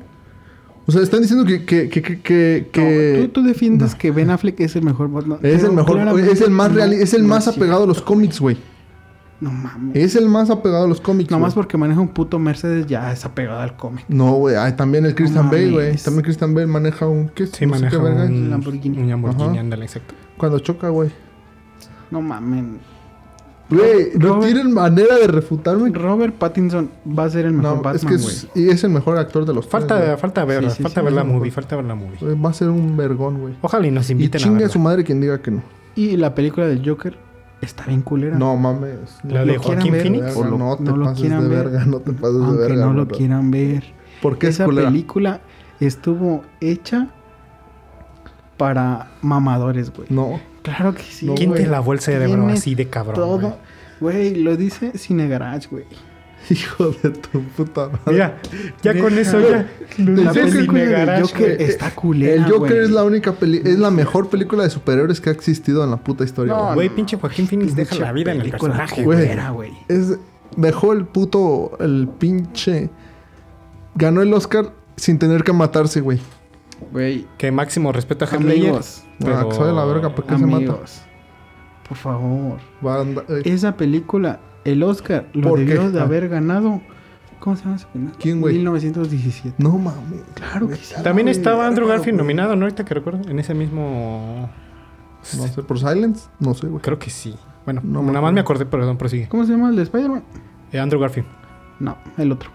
C: O sea, están diciendo que. que, que, que, que- que-
B: No, tú, tú defiendes que Ben Affleck es el mejor Batman.
C: Es
B: pero
C: el mejor,
B: claramente
C: es el más real, es el
B: no
C: más
B: cierto.
C: apegado a los cómics, güey.
B: No mames.
C: Es el más apegado a los cómics.
B: Nomás
C: güey.
B: porque maneja un puto Mercedes ya es apegado al cómic.
C: No, güey, ay, también el Christian Bale, güey.
B: mames.
C: También Christian Bale maneja un ¿qué? es?
A: Sí,
C: No sé
A: maneja
C: qué verga es.
A: un
B: Lamborghini.
A: Un Lamborghini,
C: Ajá.
A: ándale, exacto.
C: cuando choca, güey.
B: No mames.
C: Güey, no
B: Robert-
C: tienen manera de refutarme.
B: Robert Pattinson va a ser el mejor
C: No,
B: Batman,
C: es que
B: güey.
C: es, y es el mejor actor de los tres,
A: Falta,
C: güey.
A: falta verla,
B: Sí, sí,
A: falta
B: sí,
A: ver
C: es
A: la
C: lo
A: movie,
C: mejor.
A: falta ver la movie.
C: Güey, Va a ser un vergón, güey.
A: Ojalá y nos
C: Y
A: inviten a
C: chingue a
A: verla.
C: su madre quien diga que no.
B: Y la película del Joker está bien culera.
C: No mames.
A: La
B: ¿Lo
A: de
B: quieran
A: Joaquín
B: ver?
A: Phoenix.
C: Verga,
B: lo-
C: no te
B: no lo
C: pases
B: quieran
C: de
B: ver.
C: verga, no te pases de
B: aunque
C: verga.
B: no lo
C: bro.
B: quieran ver.
C: ¿Por qué es
B: Esa
C: culera?
B: película estuvo hecha para mamadores, güey.
C: No.
B: Claro que sí.
C: No,
A: ¿Quién
C: güey.
A: te lavó el cerebro
B: Tiene
A: así de cabrón? güey?
B: Todo. Güey, lo dice Cine Garage, güey.
C: Hijo de tu puta madre.
A: Mira, ya con eso ya.
B: La película
C: Joker,
A: Cine
B: del
A: Garage,
B: Joker
C: güey. eh,
B: está culera,
C: el Joker
B: güey.
C: es la única peli es la mejor película de superhéroes que ha existido en la puta historia.
B: No,
C: güey.
A: Güey, pinche Joaquín Phoenix Pues deja la vida en el
B: película
A: personaje,
C: güey.
A: güey.
B: culera, güey.
C: Es dejó el puto el pinche ganó el Oscar sin tener que matarse, güey.
B: Güey,
A: Que máximo respeto a Heath Ledger.
B: amigos,
A: Pero-
C: Ah, que sabe la verga, ¿para qué se mata?
B: amigos. Por favor.
C: Banda, eh,
B: Esa película, el Oscar, lo
C: ¿Por qué?
B: debió de
C: Ah.
B: haber ganado. ¿Cómo se llama esa película?
C: ¿Quién, güey?
B: 1917.
C: no mames.
B: Claro que sí.
A: También
C: Ay,
A: estaba Andrew
C: verga,
A: Garfield
C: güey.
A: nominado, ¿no? Ahorita que recuerdo. En ese mismo.
C: No sé, por Silence, no sé, güey.
A: Creo que sí. Bueno,
C: No me
A: nada
C: acuerdo.
A: más me acordé, perdón, prosigue.
B: ¿Cómo se llama el de Spider-Man?
A: Eh, Andrew Garfield,
B: No, el otro.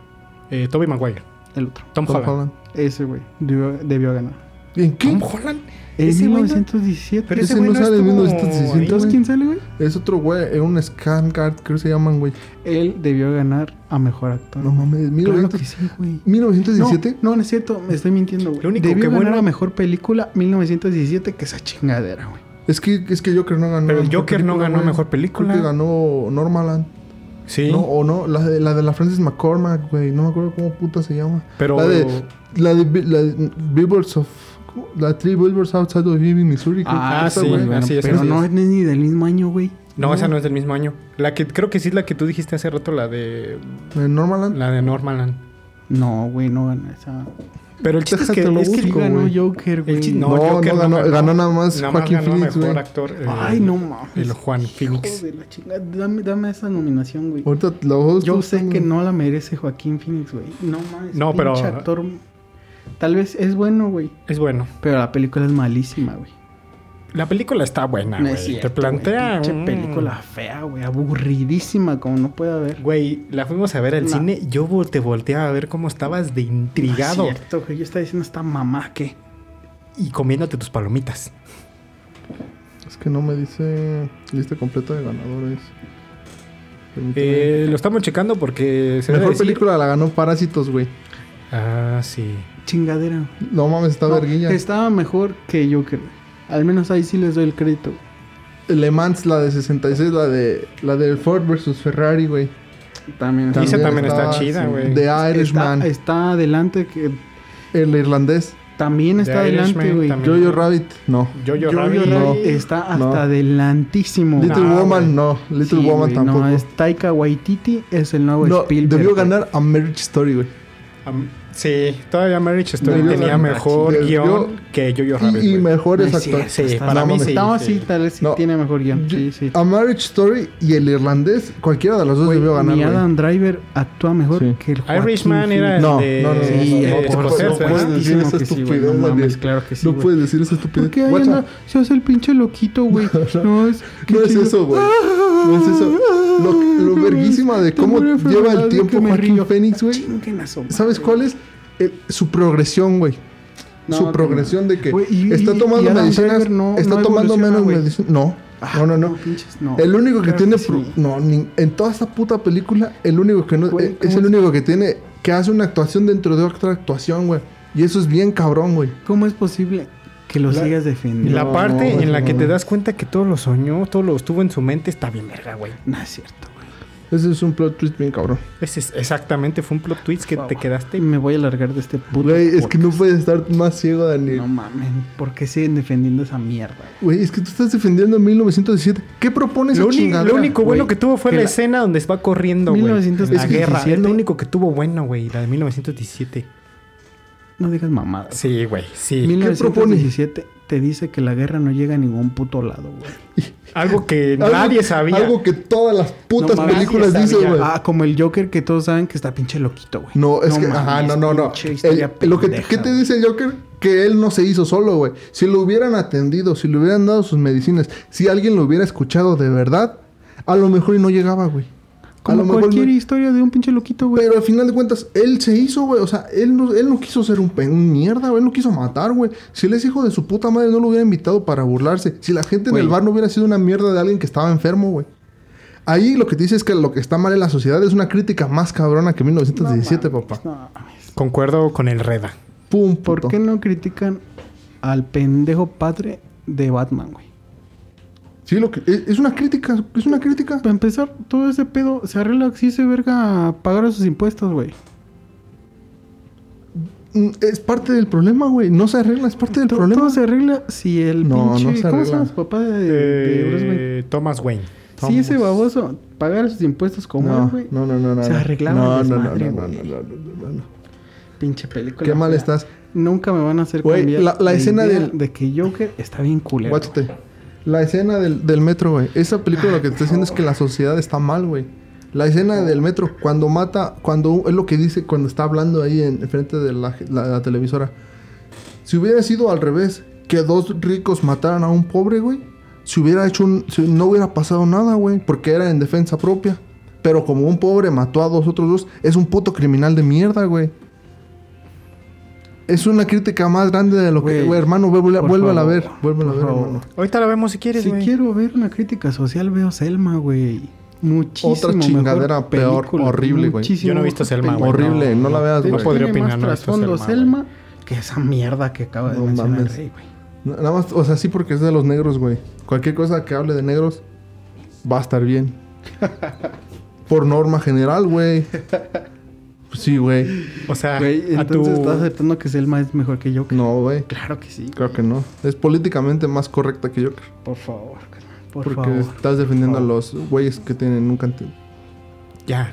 A: eh, Tobey Maguire,
B: El otro.
A: Tom,
C: Tom
A: Holland.
C: Holland.
B: Ese, güey. Debió, debió ganar.
C: ¿En qué?
A: Holland?
B: En
A: Ese güey no-
B: 1917.
A: Pero
C: Ese
A: ese güey
C: no
A: no
C: sale en
A: estuvo
C: 1960,
A: ahí.
B: Entonces,
C: güey.
B: ¿quién sale, güey?
C: Es otro güey, era un scam card, creo que se llaman, güey.
B: Él debió ganar a mejor actor.
C: No mames,
B: Claro
C: 1900
B: que sí, güey.
C: 1917.
B: No, no, no es cierto, me estoy mintiendo, güey.
A: Lo único
B: Debió
A: que
B: ganar
A: bueno-
B: a mejor película 1917 que esa chingadera, güey.
C: Es que es que Joker no ganó.
A: Pero
C: la
A: el
C: mejor
A: Joker no
C: película,
A: ganó
C: güey.
A: mejor película.
C: Creo que ganó Normaland.
A: Sí.
C: No, o no, la de la, de la Frances McCormack, güey. No me acuerdo cómo puta se llama.
A: Pero-
C: La de. La de. Bi- La de Billboards of. ¿cómo? La Three Billboards Outside of Ebbing, Missouri. creo que
A: Ah,
C: esa,
A: sí,
C: güey.
A: güey. así es,
B: pero
A: así
B: no
A: es.
B: es ni del mismo año, güey.
A: No, esa no es del mismo año. La que creo que sí es la que tú dijiste hace rato, la de
C: De Normaland.
A: la de Normaland.
B: No, güey, no ganó esa.
A: Pero el chiste es que,
C: Déjate lo
A: es que
B: Sí
C: Busco,
B: ganó
C: güey.
B: Joker,
A: el
B: güey.
A: chiste-
C: No, no ganó- ganó nada más
A: Nada
C: Joaquin
A: ganó
C: Phoenix,
A: mejor
C: güey.
A: actor. eh,
B: Ay, no mames.
A: El Juan
B: Hijo
A: Phoenix.
B: de la chingada. Dame, dame esa nominación, güey.
C: Ahorita la voz.
B: Yo sé que no la merece Joaquín Phoenix, güey. No mames.
A: No,
B: pinche
A: pero-
B: actor. Tal vez es bueno, güey.
A: Es bueno.
B: Pero la película es malísima, güey.
A: La película está buena,
B: no
A: Ah, güey.
B: es cierto.
A: Te plantea.
B: güey.
A: un-
B: Pinche película fea, güey. Aburridísima, como no puede haber.
A: Güey, la fuimos a ver al
B: No.
A: cine. Yo vol- te volteaba a ver cómo estabas de intrigado
B: No es Ah, cierto, güey. Yo estaba diciendo esta mamá que.
A: y comiéndote tus palomitas.
C: Es que no me dice lista completa de ganadores. Permíteme.
A: Eh, lo estamos checando porque se debe
C: Mejor
A: decir-
C: película la ganó Parásitos, güey.
A: Ah, sí.
B: Chingadera.
C: No mames, está
B: No,
C: verguilla.
B: Estaba mejor que Joker. güey. Al menos ahí sí les doy el crédito. güey.
C: Le Mans, la de 66, la de la del Ford versus Ferrari, güey.
B: También.
A: Y esa
B: está-
A: también está
C: estaba,
A: chida,
C: sí.
A: güey.
C: The Irishman,
B: Está, está adelante que.
C: el irlandés.
B: También está
A: The
B: adelante,
A: Irishman
B: güey.
A: también.
C: Jojo Rabbit, no.
A: Jojo
B: Jojo
A: Rabbit.
B: Rabbit
C: no.
B: está hasta
C: No.
B: adelantísimo.
C: Little
A: Nah,
C: Woman,
A: güey.
C: no. Little
B: Sí,
C: Woman
B: güey,
C: tampoco.
B: No, es Taika Waititi es el nuevo
C: No,
B: Spielberg.
C: debió
B: güey.
C: ganar a Marriage Story, güey.
A: Am- sí, todavía Marriage Story
C: Debió
A: tenía
C: ganar,
A: mejor
C: sí, debió-
A: guión que Jojo Rabbit.
C: Y, y
A: güey.
B: No
C: mejores
B: es
C: actores.
A: Sí,
B: está-
A: para
B: no,
A: mí
B: mames.
A: sí,
B: No,
A: sí.
B: sí, tal vez sí
C: No.
B: tiene mejor guión. Sí, sí.
C: A Marriage Story y el irlandés, cualquiera de las dos
B: Güey,
C: debió ganar,
B: ni
C: güey.
B: Adam Driver actúa mejor
C: Sí.
B: que el Joaquín
A: Irishman era el
B: Phoenix.
C: No,
A: de
C: no, no, no, no,
B: Sí,
A: eh,
C: no,
B: por
A: escocés,
C: no,
A: ¿verdad?
C: puedes
B: supuestísimo
C: decir esa
B: que sí, güey,
C: estupidez,
B: no
C: Daniel.
B: mames, claro que sí,
C: No
B: güey.
C: puedes decir esa
B: ¿Por
C: estupidez.
B: qué ahí
C: Guacha,
B: anda? Se hace el pinche loquito, güey. No es, qué
C: No es
B: chingo-
C: eso, güey. No es eso. Lo, lo verguísima de
B: Tengo
C: cómo
B: una
C: lleva
B: enfermedad de
C: el tiempo
B: que me
C: Joaquín
B: río.
C: Phoenix, güey.
B: Chinguen a su madre.
C: ¿Sabes cuál es? Eh, su progresión, güey.
B: No,
C: su
B: que
C: progresión de que
B: Güey, y-
C: está
B: y- y
C: tomando
B: Adam
C: medicinas,
B: Driver no-
C: está
B: no
C: tomando
B: evoluciona,
C: menos
B: güey.
C: medicinas. No.
B: Ah,
C: no, no, no.
B: pinches, no.
C: El único que
B: Claro
C: tiene
B: sí.
C: pro- no ni- en toda esta puta película, el único que no
B: Güey,
C: eh, es
B: ¿cómo
C: el
B: es?
C: único que tiene que hace una actuación dentro de otra actuación, güey. Y eso es bien cabrón, güey.
B: ¿Cómo es posible que lo
A: La-
B: sigas defendiendo?
A: La
C: No,
A: parte
C: no,
A: en la
C: no,
A: que te
C: no.
A: das cuenta que todo lo soñó, todo lo estuvo en su mente, está bien verga, güey.
B: No es cierto, güey.
C: Ese es un plot twist bien cabrón.
A: Ese es- exactamente, fue un plot twist que
B: Por
A: te
B: favor.
A: quedaste.
B: Me voy a alargar de este puto.
C: Güey, es
B: podcast.
C: que no puedes estar más ciego, Daniel.
B: No mamen, ¿por qué siguen defendiendo esa mierda? güey?
C: Güey, es que tú estás defendiendo 1917. ¿Qué propones
A: Lo, uni- lo único bueno
B: güey,
A: que tuvo fue
B: que
A: la,
B: la-
A: escena donde se va corriendo, güey. La
B: 1917.
A: guerra. Es lo único que tuvo bueno, güey. La de 1917.
B: No digas mamadas.
A: Sí, güey. Sí.
B: 1917 te dice que la guerra no llega a ningún puto lado, güey.
A: Algo que
C: Algo-
A: nadie sabía.
C: Algo que todas las putas
B: No mames,
C: películas
B: nadie
C: dicen,
B: sabía.
C: güey.
B: Ah, como el Joker que todos saben que está pinche loquito, güey.
C: No, es que, ajá,
B: mames,
C: no, no, no.
B: pinche
C: El-
B: historia
C: lo que,
B: pendeja,
C: ¿Qué te
B: güey.
C: dice el Joker? Que él no se hizo solo, güey. Si lo hubieran atendido, si le hubieran dado sus medicinas, si alguien lo hubiera escuchado de verdad, a lo mejor y no llegaba, güey. A lo
B: Como
C: mejor.
B: cualquier
C: no-
B: historia de un pinche loquito, güey.
C: Pero al final de cuentas, él se hizo, güey. O sea, él no, él no quiso ser un, pe- un mierda, güey. Él no quiso matar, güey. Si él es hijo de su puta madre, no lo hubiera invitado para burlarse. Si la gente
B: Güey.
C: en el bar no hubiera sido una mierda de alguien que estaba enfermo, güey. Ahí lo que te dice es que lo que está mal en la sociedad es una crítica más cabrona que 1917,
B: No mames,
C: papá.
B: no mames.
A: Concuerdo con el Reda.
C: Pum,
B: ¿Por
C: puto.
B: qué no critican al pendejo padre de Batman, güey?
C: Sí, lo que, e, es, es una crítica, es una crítica.
B: Para empezar, todo ese pedo se arregla si se verga a pagar sus impuestos, güey.
C: Mm, Es parte del problema, güey. No se arregla, es parte del
B: Todo-
C: problema.
B: Todo se arregla si el
C: No,
B: pinche...
C: no se
B: ¿Cómo
C: arregla.
B: se llama su papá de, de Bruce Wayne?
A: Eh, Thomas Wayne.
B: Si ese baboso pagara sus impuestos como él,
C: No,
B: güey.
C: no, no, no, no.
B: Se
C: no.
B: arreglaba
C: no,
B: el
C: no, no,
B: desmadre,
C: no, no,
B: güey.
C: no, no, no, no.
B: Pinche película.
C: Qué mal
B: fea.
C: estás.
B: Nunca me van a hacer
C: Güey,
B: cambiar
C: la- la escena
B: idea
C: del-
B: de que Joker está bien culero.
C: Guáchate. La escena del, del metro, güey. Esa película lo que te está diciendo es que la sociedad está mal, güey. La
B: Oh.
C: escena del metro, cuando mata, cuando es lo que dice, cuando está hablando ahí en, frente de la, la- la televisora. Si hubiera sido al revés, que dos ricos mataran a un pobre, güey, si hubiera hecho un. si no hubiera pasado nada, güey, porque era en defensa propia. Pero como un pobre mató a dos otros dos, es un puto criminal de mierda, güey. Es una crítica más grande de lo que...
B: Güey,
C: güey, hermano, ve- vuelve,
B: por
C: vuélvela a
B: favor,
C: ver. Vuélvela a
B: por
C: ver,
B: favor.
C: hermano.
A: Ahorita la vemos si quieres,
B: Si
A: güey.
B: quiero ver una crítica social, veo Selma, güey. Muchísimo
C: Otra
B: mejor
C: chingadera peor,
B: película,
C: horrible, güey.
B: muchísimo
A: Yo no he visto
B: mejor
A: Selma, güey.
B: película.
C: Horrible, no, la veas,
A: No
C: güey.
A: podría
B: Tiene
A: opinar,
B: más
A: no he visto
B: trasfondo
A: Selma,
B: Selma, que esa mierda que acaba de
C: No
B: mencionar el
C: mames.
B: rey, güey.
C: Nada más, o sea, sí porque es de los negros, güey. Cualquier cosa que hable de negros va a estar bien. Por norma general, güey. Sí, güey.
A: O sea,
B: Güey,
A: Ah, a tu...
B: entonces estás aceptando que Selma es mejor que Joker.
C: No, güey.
B: Claro que sí,
C: Creo que no. Es políticamente más correcta que Joker.
B: por favor, carnal, por
C: porque
B: favor.
C: estás defendiendo a los güeyes que tienen un cante.
A: Ya,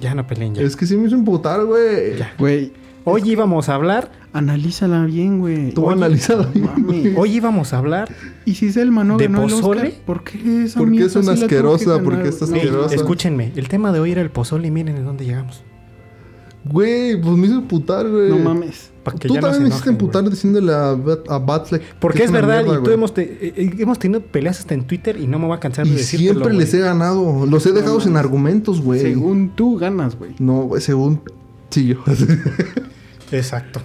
A: ya no peleen ya.
C: Es que sí me hizo emputar, güey.
A: Ya.
B: Güey,
A: Hoy íbamos a hablar,
B: analízala bien, güey.
C: Tú analizado.
B: no mames.
A: hoy íbamos a hablar.
B: ¿Y si Selma no
A: ¿De
B: ganó el
A: pozole?
B: Oscar? ¿Por qué esa
C: Porque
B: mierda
C: es una
B: sí la tuvo que
C: asquerosa,
B: ganar,
C: porque
B: güey?
C: esta
B: No,
A: Ey,
C: asquerosa.
A: escúchenme, el tema de hoy era el pozole y miren en dónde llegamos.
C: Güey, pues me hizo emputar, güey.
B: No mames.
A: Pa' que
C: Tú
A: ya no
C: también
A: se
C: me hiciste
A: enojen,
C: emputar
A: güey.
C: diciéndole a, Bat- a Batfleck. que
A: Porque es
C: una
A: verdad,
C: mierda,
A: y tú
C: güey.
A: hemos, te- eh, eh, hemos tenido peleas hasta en Twitter y no me voy a cansar de
C: Y
A: decírtelo,
C: siempre les he
A: güey.
C: ganado. Los he dejado sin argumentos, güey.
B: Según tú ganas, güey.
C: No, güey, según. Sí, yo.
A: Exacto.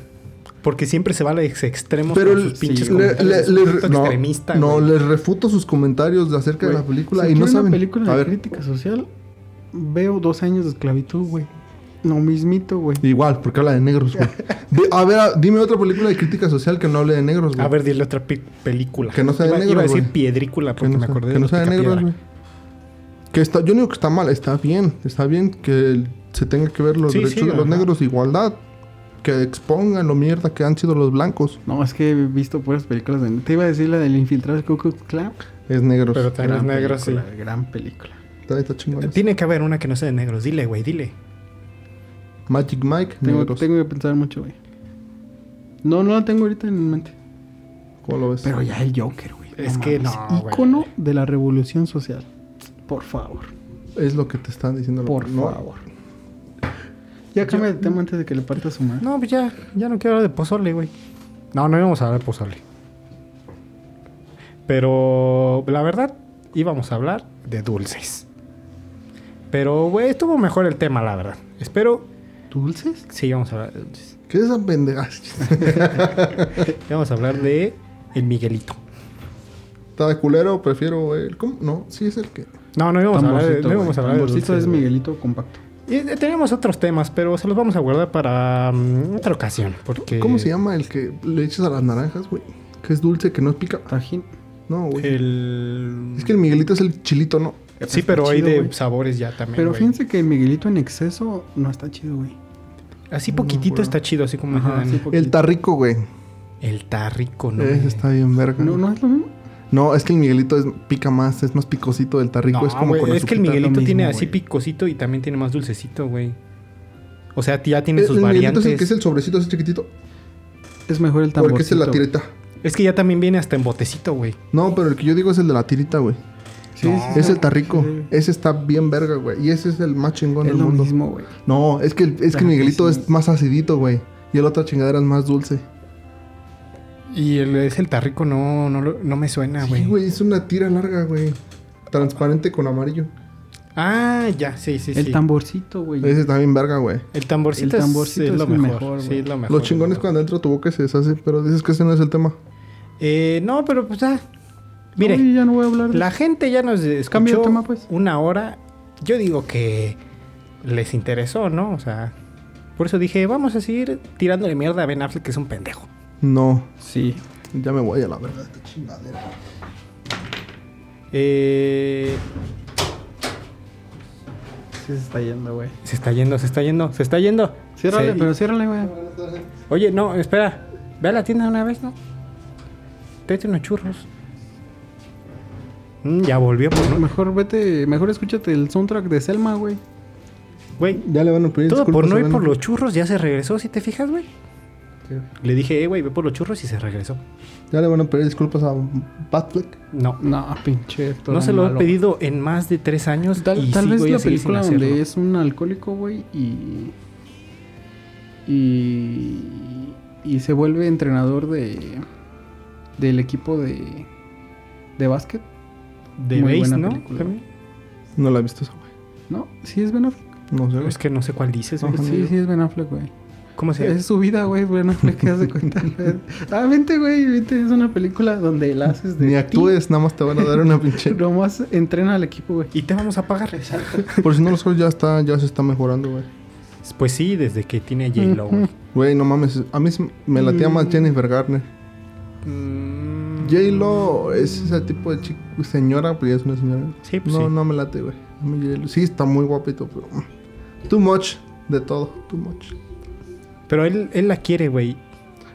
A: Porque siempre se va a los extremos
C: Pero
A: con
C: el-
A: sus pinches
C: le- le-
A: comentarios,
C: le-
A: un punto
C: no,
A: extremista,
C: no,
A: güey.
C: les refuto sus comentarios de acerca de
B: Güey,
C: la película
B: si
C: y no
B: quiero
C: saben.
B: una película
C: a
B: de
C: ver,
B: crítica social, veo dos años de esclavitud, güey. Lo mismito, güey.
C: igual, porque habla de negros, güey. Di- a ver, a- dime otra película de crítica social que no hable de negros, güey.
A: A ver, dile otra pi- película.
C: Que no sea de
A: iba,
C: negros,
A: iba a decir
C: güey.
A: piedrícula
C: que
A: porque
C: no,
A: me
C: sea-
A: acordé
C: que no
A: de
C: sea
A: los
C: de negros,
A: Picapiedra.
C: güey. Que está, yo no digo que está mal, está bien, está bien que se tenga que ver los
A: Sí,
C: derechos
A: sí,
C: de los
A: ajá.
C: negros, igualdad, que expongan lo mierda que han sido los blancos.
B: No, es que he visto puras películas de... Te iba a decir la del infiltrado de Ku Klux Klan.
C: Es negros.
A: Pero también es
B: Gran
A: negro, sí.
B: película, Gran película.
C: Está, está chingón.
A: Tiene que haber una que no sea de negros. Dile, güey, dile.
C: Magic Mike,
B: Tengo,
C: negros.
B: tengo que pensar mucho, güey. No, no la tengo ahorita en mente.
C: ¿Cómo lo ves?
B: Pero ya el Joker, güey.
A: Es que
B: mames.
A: no, güey.
B: Ícono de la revolución social. Por favor.
C: Es lo que te están diciendo.
B: Por
C: No,
B: favor. Ya cambia de tema antes de que le parta su madre.
A: No, pues ya, ya no quiero hablar de pozole, güey. No, no íbamos a hablar de pozole. Pero la verdad, íbamos a hablar de dulces. Pero, güey, estuvo mejor el tema, la verdad. Espero.
B: ¿Dulces?
A: Sí, vamos a hablar de dulces.
C: ¿Qué es esa pendeja?
A: Vamos a hablar de el Miguelito.
C: Está de culero, prefiero el. ¿Cómo? No, sí es el que.
A: No, no íbamos a hablar de,
B: Tamborcito,
A: no íbamos a
B: güey.
A: hablar de
B: Tamborcito
A: dulces,
B: es
A: güey.
B: Miguelito compacto.
A: Y, eh, tenemos otros temas, pero se los vamos a guardar para mm, otra ocasión. Porque
C: ¿Cómo se llama el que le echas a las naranjas, güey? Que es dulce, que no pica.
B: Tajín.
C: No, güey.
A: El...
C: Es que el Miguelito es el chilito, ¿no?
A: Sí, pero
B: Está
A: hay
B: chido,
A: de
B: güey.
A: sabores ya también.
B: Pero
A: güey.
B: fíjense que Miguelito en exceso no está chido, güey.
A: Así
C: No,
A: poquitito
C: güey.
A: está chido, así como.
B: Ajá,
A: dicen.
B: sí, poquito.
C: El tarrico, güey.
A: El tarrico, ¿no?
C: Eh, Ese
A: güey?
C: está bien verga.
B: ¿No,
C: No,
B: ¿No es lo mismo?
C: es que el Miguelito es- pica más, es más picosito. El tarrico
A: No,
C: es como
A: güey,
C: con
A: es que el
C: azuquita.
A: Miguelito
B: mismo,
A: tiene así
B: güey.
A: picosito y también tiene más dulcecito, güey. O sea, ya tiene
C: El,
A: sus
C: Eh, el Miguelito
A: variantes.
C: es el que es el sobrecito, ese chiquitito.
B: Es mejor el
C: Porque
B: tamborcito.
C: es el de la tirita.
A: ya también viene hasta en botecito, güey.
C: No, pero el que yo digo es el de la tirita, güey.
B: Sí,
A: No.
B: sí,
C: Es
B: sí.
C: el tarrico.
B: Sí.
C: Ese está bien verga, güey. Y ese es el más chingón
B: Es
C: del
B: lo
C: mundo.
B: mismo, güey.
C: No, es que, el- es que
B: Claro
C: el
B: que
C: Miguelito
B: sí.
C: es más acidito, güey. Y el otro chingadera es más dulce.
A: Y el, es el tarrico, no, no, lo- no me suena, Ah, güey.
C: Sí, güey, es una tira larga, güey. Transparente con amarillo.
A: ah, ya, sí, sí,
B: El
A: sí.
B: tamborcito, güey.
C: Ese está bien verga, güey.
A: el tamborcito,
B: el
A: es-
B: tamborcito
A: es,
B: es
A: lo
B: el
A: mejor.
B: mejor,
A: sí,
B: güey.
A: es lo mejor.
C: Los chingones cuando entra tu boca se deshace, pero dices que ese no es el tema.
A: Eh, no, pero pues ah. Mire,
B: Ay, ya no voy a hablar de
A: la gente ya nos
B: Cambia
A: escuchó
B: de tema, pues.
A: una hora. Yo digo que les interesó, ¿no? O sea, por eso dije, vamos a seguir tirándole mierda a Ben Affleck, que es un pendejo.
C: No,
B: Sí.
C: ya me voy a la verga de esta chingadera.
A: Eh,
B: Sí se está yendo, güey.
A: se está yendo, se está yendo, se está yendo.
B: Ciérrale,
A: Se-
B: pero ciérrale, güey.
A: Oye, no, espera. Ve a la tienda de una vez, ¿no? Tete unos churros. Mm, ya volvió, pues, ¿no?
B: Mejor vete, mejor escúchate el soundtrack de Selma, güey.
A: Güey,
C: Ya le van a pedir
A: todo
C: disculpas
A: por no
C: a
A: ir por
C: Ben
A: los churros ya se regresó, si te fijas, güey.
C: Affleck.
A: Le dije, eh, güey, ve por los churros y se regresó.
C: Ya le van a pedir disculpas a Batfleck.
A: No.
B: No, pinche. todo
A: No se lo he
B: malo.
A: pedido en más de tres años.
B: Tal,
A: y
B: tal
A: sí
B: vez
A: voy a
B: la
A: seguir sin
B: película
A: hacerlo.
B: donde es un alcohólico, güey, y. Y. Y se vuelve entrenador de. Del equipo de. De básquet,
A: de
B: muy
A: Base,
B: buena
A: ¿no?
B: película.
A: También.
C: No la he visto esa, güey.
B: ¿no? Sí, es Ben Affleck.
C: No sé, güey.
A: Es que no sé cuál dices.
C: Ajá.
A: güey.
B: Sí, sí, es Ben Affleck, güey.
A: ¿Cómo se llama?
B: Es su vida, güey. Bueno, me quedas de cuenta. ah, vente, güey. Vente. Es una película donde la haces de.
C: Ni
B: ti.
C: actúes, nada más te van a dar una pinche.
B: Nomás entrena al equipo, güey.
A: Y te vamos a pagar.
C: Por si no lo sabes, ya está, ya se está mejorando, güey.
A: Pues sí, desde que tiene a J-Lo, güey.
C: Güey, no mames, a mí se- me latía más Jennifer Garner.
A: Mm,
C: J-Lo es ese tipo de chica, señora, pues ya es una señora.
A: Sí, pues
C: no,
A: sí.
C: no me late, güey. A mí J-Lo- Sí, está muy guapito, pero. mm, Too much de todo, too much.
A: Pero él, él la quiere, güey.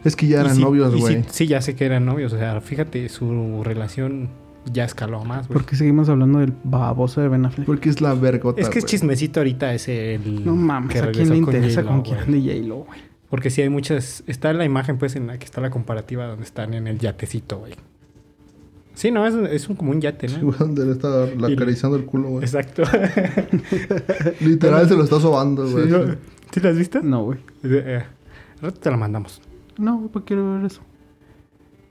C: Es que ya
A: Y
C: eran
A: sí-
C: novios,
A: y
C: güey.
A: Sí, sí, ya sé que eran novios. O sea, fíjate, su relación ya escaló más, güey.
B: ¿Por qué seguimos hablando del baboso de Ben Affleck?
A: Pues
C: Porque es la vergota.
A: Es que es
C: güey.
A: chismecito ahorita es el.
B: No mames, ¿a quién
A: regresó
B: le interesa
A: J-Lo,
B: con
A: güey. ¿Eh?
B: quién ande J-Lo, güey?
A: Porque sí hay muchas. Está la imagen, pues, en la que está la comparativa donde están en el yatecito, güey. Sí, no, es, es un, como un yate,
C: Sí,
A: ¿no?
C: güey, donde le está la-
A: Y-
C: acariciando el culo, güey.
A: Exacto.
C: Literal se lo está sobando, güey.
A: ¿Sí, no? ¿Sí lo has visto?
B: No, güey.
A: Eh, al rato te la mandamos.
B: No, güey, ¿por qué quiero ver eso?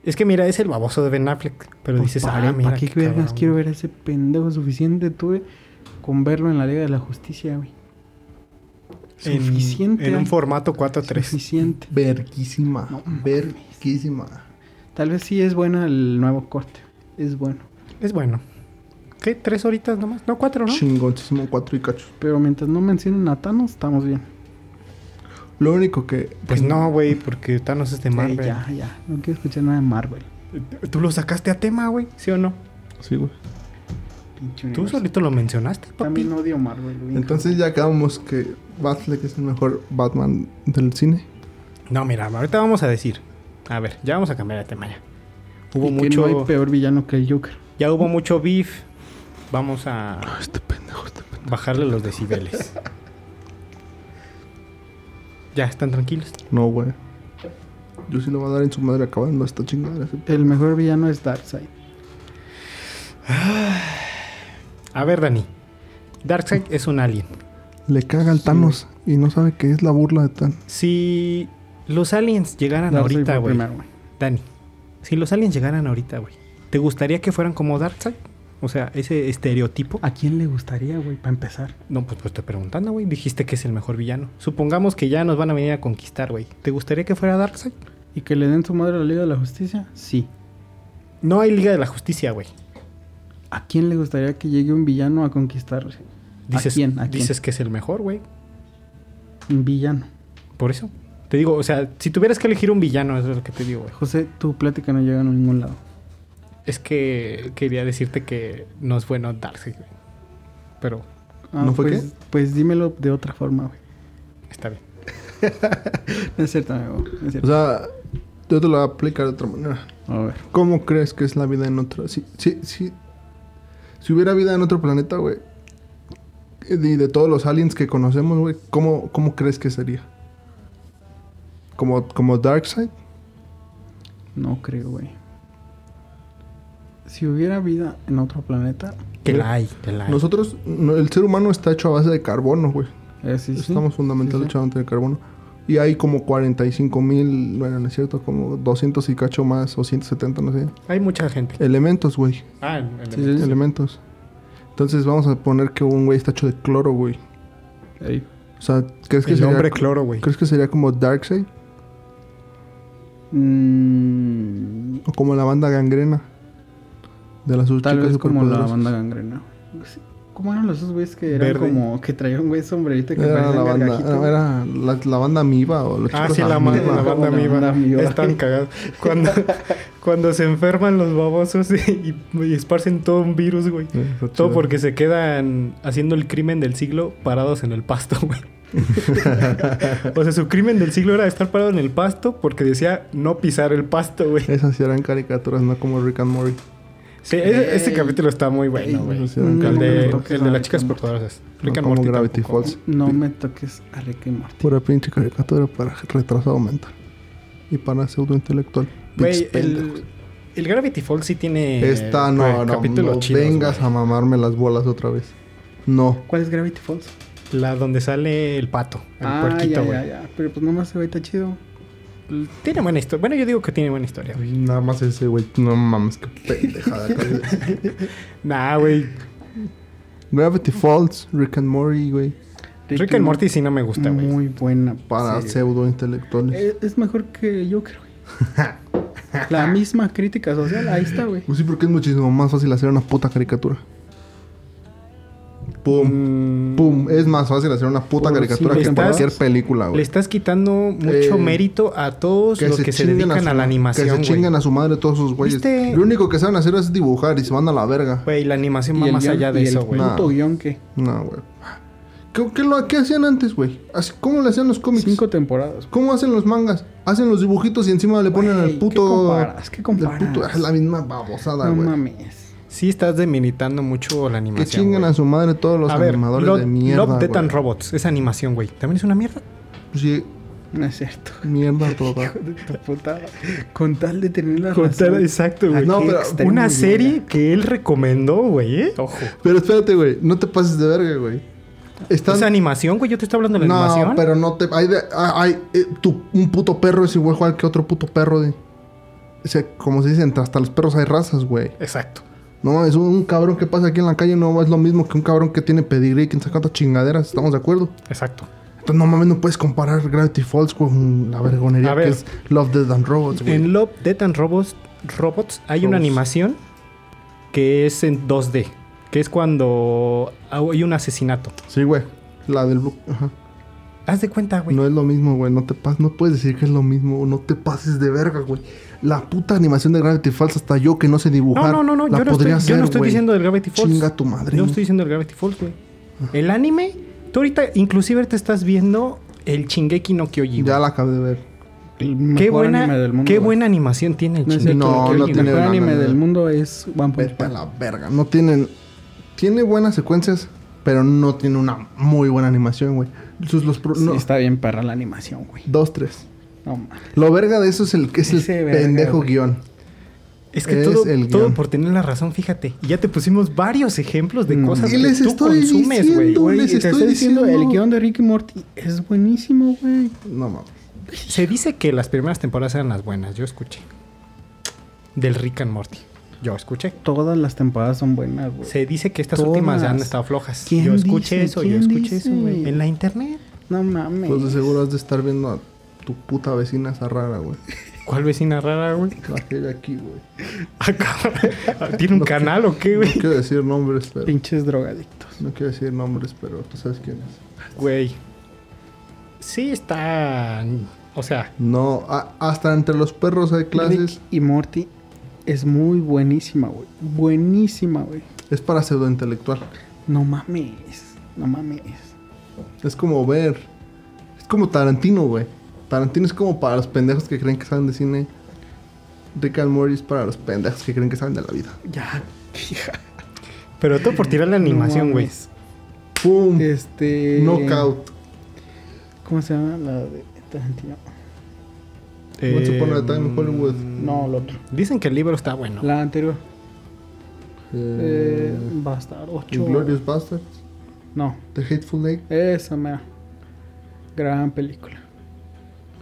A: Es que mira, es el baboso de Ben Affleck. Pero dices, ah, mira.
B: Pues ¿Para qué vergas
A: cabrón".
B: quiero ver a ese pendejo? Suficiente tuve con verlo en la Liga de la Justicia, güey.
A: En,
B: Suficiente.
A: en
B: hay.
A: un formato 4-3.
B: Suficiente.
C: Verguísima.
B: No mames.
C: verguísima.
B: Tal vez sí es bueno el nuevo corte. Es bueno.
A: Es bueno. ¿Qué? ¿Tres horitas nomás? No, cuatro, ¿no?
C: Chingoncísimo, cuatro y cacho.
B: Pero mientras no mencionen a Thanos, estamos bien.
C: Lo único que.
A: Pues no, güey, porque Thanos es de
B: Sí,
A: Marvel.
B: ya, ya. No quiero escuchar nada de Marvel.
A: Tú lo sacaste a tema, güey, ¿sí o no?
C: Sí, güey.
B: Pinche
A: Tú
B: universo.
A: solito lo mencionaste, papi.
B: Mm. También odio Marvel, güey.
C: Entonces ya acabamos que Batfleck es el mejor Batman del cine.
A: No, mira, ahorita vamos a decir. A ver, ya vamos a cambiar de tema ya. Hubo
B: Y que no
A: mucho.
B: hay peor villano que el Joker.
A: ya hubo mucho beef. Vamos a
C: Este pendejo, este pendejo.
A: bajarle los decibeles. ya, están tranquilos.
C: No, güey. Yo sí lo voy a dar en su madre acabando esta chingada.
B: El mejor villano es Darkseid.
A: A ver, Dani. Darkseid es un alien.
C: Le caga al Thanos y no sabe qué es la burla de Thanos.
A: Si los aliens llegaran
B: Darkseid fue
A: ahorita,
B: el
A: güey.
B: primero, güey.
A: Dani, si los aliens llegaran ahorita, güey. ¿Te gustaría que fueran como Darkseid? O sea, ese estereotipo.
B: ¿A quién le gustaría, güey, para empezar?
A: No, pues, pues estoy preguntando, güey. Dijiste que es el mejor villano. Supongamos que ya nos van a venir a conquistar, güey. ¿Te gustaría que fuera Darkseid?
B: ¿Y que le den su madre a la Liga de la Justicia? Sí.
A: No hay Liga de la Justicia, güey.
B: ¿A quién le gustaría que llegue un villano a conquistar?
A: Dices,
B: ¿A quién? ¿A quién?
A: dices que es el mejor, güey.
B: Un villano.
A: Por eso. Te digo, o sea, si tuvieras que elegir un villano, eso es lo que te digo, güey.
B: José, tu plática no llega a ningún lado.
A: Es que quería decirte que no es bueno Darkseid, güey. Pero
B: Ah,
C: ¿No fue
B: pues, pues dímelo de otra forma, güey.
A: está bien.
B: No es cierto, amigo. No es
C: O
B: cierto.
C: sea, yo te lo voy a aplicar de otra manera.
B: a ver.
C: ¿Cómo crees que es la vida en otro? Si, si, si, si hubiera vida en otro planeta, güey. Y de, de todos los aliens que conocemos, güey, ¿cómo, ¿cómo crees que sería? ¿Como, como Darkseid?
B: No creo, güey. Si hubiera vida en otro planeta,
A: Que
C: Güey,
A: la hay, que la hay.
C: Nosotros, no, el ser humano está hecho a base de carbono, güey.
B: eh, sí, sí.
C: Estamos fundamentalmente
B: Sí, sí.
C: hechos a base de carbono. Y hay como 45 mil, bueno, no es cierto, como 200 y cacho más, o 170, no sé.
A: Hay mucha gente.
C: Elementos, güey.
A: Ah, el- el-
B: Sí, sí, sí.
C: Elementos. Entonces vamos a poner que un güey está hecho de cloro, güey.
B: Ey,
C: O sea, ¿crees que
A: el
C: sería
A: hombre cloro, güey.
C: ¿Crees que sería como Darkseid?
B: mm,
C: ¿O como la banda gangrena? De las sus
B: tal
C: chicas
B: vez como la
C: superpoderosas.
B: banda gangrena. Sí, ¿Cómo eran los dos güeyes que eran
A: Verde.
B: como que traían güey sombrerito que
C: Era la
B: parecían
C: banda,
B: gargajitos?
C: era, era la, la banda Miva o los
A: Ah,
C: chicos
A: sí, la,
C: Amiba.
A: ma- la banda
B: La
A: amiba.
B: banda amiba.
A: Están cagados. Cuando, cuando se enferman los babosos y, y esparcen todo un virus, güey.
C: Sí, está
A: Todo
C: chido.
A: porque se quedan haciendo el crimen del siglo parados en el pasto, güey. o sea, su crimen del siglo era estar parado en el pasto porque decía no pisar el pasto, güey.
C: Esas sí eran caricaturas, no como Rick and Morty.
A: Sí, e- este
B: Ey.
A: capítulo está muy bueno,
B: Ey,
A: güey.
C: no sé, nunca
A: El
C: lo
A: de,
C: vi.
B: No toques
A: el de
B: a
A: las
B: Rick
A: chicas
B: and Morty.
A: portadoras.
C: No
A: Rick and
C: como
A: Morty
C: Gravity
A: tampoco.
C: Falls.
B: No me toques a Rick y Morty.
C: Pura pinche caricatura para retrasado mental. Y para pseudo intelectual.
A: Güey, el, el Gravity Falls sí tiene...
C: Esta no,
A: Eh, güey,
C: no,
A: capítulos
C: no
A: chidos,
C: vengas
A: güey.
C: a mamarme las bolas otra vez. No.
B: ¿Cuál es Gravity Falls?
A: La donde sale el pato, el
B: Ah,
A: puerquito,
B: ya,
A: güey.
B: ya, ya. Pero pues nomás se ve está chido.
A: Tiene buena historia. Bueno, yo digo que tiene buena historia, güey.
C: Nada más ese, güey. No mames, qué pendejada. cabrón.
A: Nah, güey.
C: Gravity Falls, Rick and Morty, güey.
A: Rick and Morty sí no me gusta, güey.
B: Muy buena.
C: Para
B: serie.
C: pseudo intelectuales.
B: Eh, Es mejor que yo creo. La misma crítica social, ahí está, güey.
C: Pues sí, porque es muchísimo más fácil hacer una puta caricatura. Pum,
A: Mm,
C: pum. Es más fácil hacer una puta
B: Pum,
C: caricatura
A: sí,
C: que
A: le
C: cualquier
A: estás-
C: película,
A: Le
C: güey.
A: estás quitando mucho
C: Eh,
A: mérito a todos los que se,
C: chinguen
A: dedican a,
C: su-
A: la animación,
C: Que
A: güey.
C: se chingan a su madre todos esos güeyes.
A: ¿Viste?
C: Lo único que saben hacer es dibujar y se van a la verga.
A: Güey, la animación va
B: el
A: más
B: guión-
A: allá de
B: y
A: eso, güey.
B: El puto
C: Nah.
B: guión que.
C: No, güey. ¿Qué, qué lo, qué hacían antes, güey? Así- ¿Cómo le hacían los cómics?
B: Cinco temporadas.
C: ¿Cómo hacen los mangas? Hacen los dibujitos y encima le ponen
B: Güey,
C: el puto.
B: ¿Qué comparas? ¿Qué comparas?
C: el puto- es la misma babosada,
B: no
C: güey.
B: mames.
A: Sí estás demeritando mucho la
C: que
A: animación,
C: chingan
A: güey.
C: a su madre todos los
A: a ver,
C: animadores
A: Love,
C: de mierda.
A: Love, Death
C: güey.
A: and Robots. Esa animación, güey. También es una mierda.
C: Sí,
B: No es cierto.
C: mierda toda.
B: Hijo de tu puta. Con tal de tener la razón.
A: exacto,
B: güey.
C: Ah, No,
B: Qué
C: pero
B: extremo,
A: Una
B: güey.
A: serie que él recomendó, güey, ¿eh? Ojo.
C: Pero espérate, güey. No te pases de verga, güey. Están...
A: ¿Es animación, güey? Yo te estoy hablando de la
C: No,
A: animación.
C: pero no te. Hay, de- ah, hay, eh, tu- un puto perro es igual cual que otro puto perro. De, o sea, como se dicen, hasta los perros hay razas, güey.
A: Exacto.
C: No mames, un, un cabrón que pasa aquí en la calle no es lo mismo que un cabrón que tiene pedigrí y que saca tantas chingaderas. ¿Estamos de acuerdo?
A: Exacto.
C: Entonces, no mames, no puedes comparar Gravity Falls con la
A: A
C: vergonería
A: ver.
C: que es Love, Death and Robots, güey.
A: En Love, Death and Robots, Robots hay una
C: Robots.
A: animación que es en 2D. Que es cuando hay un asesinato.
C: Sí, güey. La del... bu- Ajá.
A: Haz de cuenta, güey.
C: No es lo mismo, güey. No te pas- no puedes decir que es lo mismo. No te pases de verga, güey. La puta animación de Gravity Falls hasta yo que no sé dibujar.
A: No, no, no, no.
C: La
A: Yo no, estoy, yo no
C: podría hacer,
A: estoy
C: güey.
A: diciendo del Gravity Falls.
C: Chinga tu madre. Ah.
A: Yo no estoy diciendo del Gravity Falls, güey. El anime, tú ahorita inclusive te estás viendo el Chingeki no Kyoji.
C: Ya la acabé de ver.
B: El mejor
A: Qué buena,
B: anime del mundo,
A: qué
B: güey.
A: buena animación tiene el
B: No es
A: Shingeki
B: cierto.
C: No,
B: porque
C: no
B: el
C: tiene
B: mejor
C: nada,
B: anime
C: nada.
B: del mundo es One Punch
C: Vete a
B: Man.
C: la verga. No tienen... Tiene buenas secuencias, pero no tiene una muy buena animación, güey. Sus los... pro-
B: Sí,
C: no.
B: está bien para la animación, güey.
C: Dos, tres.
B: No mames.
C: Lo verga de eso es el que es el
B: Ese verga,
C: pendejo
B: güey.
C: guión.
A: Es que
C: Es
A: todo,
C: el
A: todo
C: guión.
A: por tener la razón, fíjate. Y ya te pusimos varios ejemplos de
B: Mm.
A: cosas
C: Y
A: que
C: les
A: tú
C: estoy
A: consumes, güey.
C: diciendo.
B: Güey,
C: les
B: y te
C: estoy
B: estoy diciendo,
C: diciendo-
B: el guión de Ricky Morty es buenísimo, güey.
C: No mames.
A: Se dice que las primeras temporadas eran las buenas, yo escuché. Del Rick and Morty. Yo escuché.
B: Todas las temporadas son buenas, güey.
A: Se dice que estas
B: Todas.
A: últimas han estado flojas.
B: ¿Quién
A: Yo escuché
B: dice?
A: eso, yo
B: ¿Quién
A: escuché
B: dice?
A: eso, güey. En la internet.
B: No mames.
C: Pues de seguro has de estar viendo a tu puta vecina esa rara, güey.
A: ¿Cuál vecina rara, güey?
C: La que hay aquí, güey.
A: Acá- ¿Tiene un
C: No
A: canal o qué,
C: No
A: güey?
C: quiero decir nombres, pero...
B: Pinches drogadictos.
C: No quiero decir nombres, pero tú sabes quién es.
A: Güey. Sí está... O sea,
C: No, a- hasta entre los perros hay clases.
B: Rick y Morty es muy buenísima, güey. Buenísima, güey.
C: Es para pseudointelectual.
B: No mames. No mames.
C: Es como ver... Es como Tarantino, güey. Tarantino es como para los pendejos que creen que saben de cine. Rick and Morty es para los pendejos que creen que saben de la vida.
B: Ya, hija.
A: pero todo por tirar la animación,
B: No
A: güey.
B: mames.
C: ¡Pum!
B: Este.
C: Knockout.
B: ¿Cómo se llama la de Tarantino?
C: Once Upon a
A: Eh,
C: Time in Hollywood.
B: No, el otro.
A: Dicen que el libro está bueno.
B: La anterior. Eh,
C: Eh,
B: va a estar 8.
C: Glorious Bastards.
B: No,
C: The Hateful Lake.
B: esa mera. Gran película.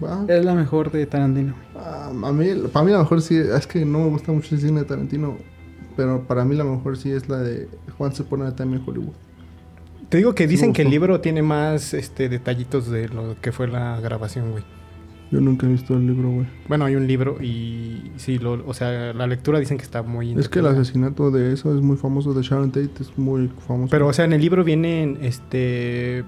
C: Ah,
B: Es la mejor de Tarantino. güey.
C: ah, a mí, para mí la mejor sí, es que no me gusta mucho el cine de Tarantino, pero para mí la mejor sí es la de Juan se pone a Time en Hollywood.
A: Te digo que dicen
C: me
A: que el
C: gustó.
A: libro tiene más este, detallitos de lo que fue la grabación, güey.
C: Yo nunca he visto el libro, güey.
A: Bueno, hay un libro y sí, lo, o sea, la lectura dicen que está muy...
C: Es que el
A: entretenida.
C: asesinato de eso es muy famoso, de Sharon Tate es muy famoso.
A: Pero, o sea, en el libro vienen este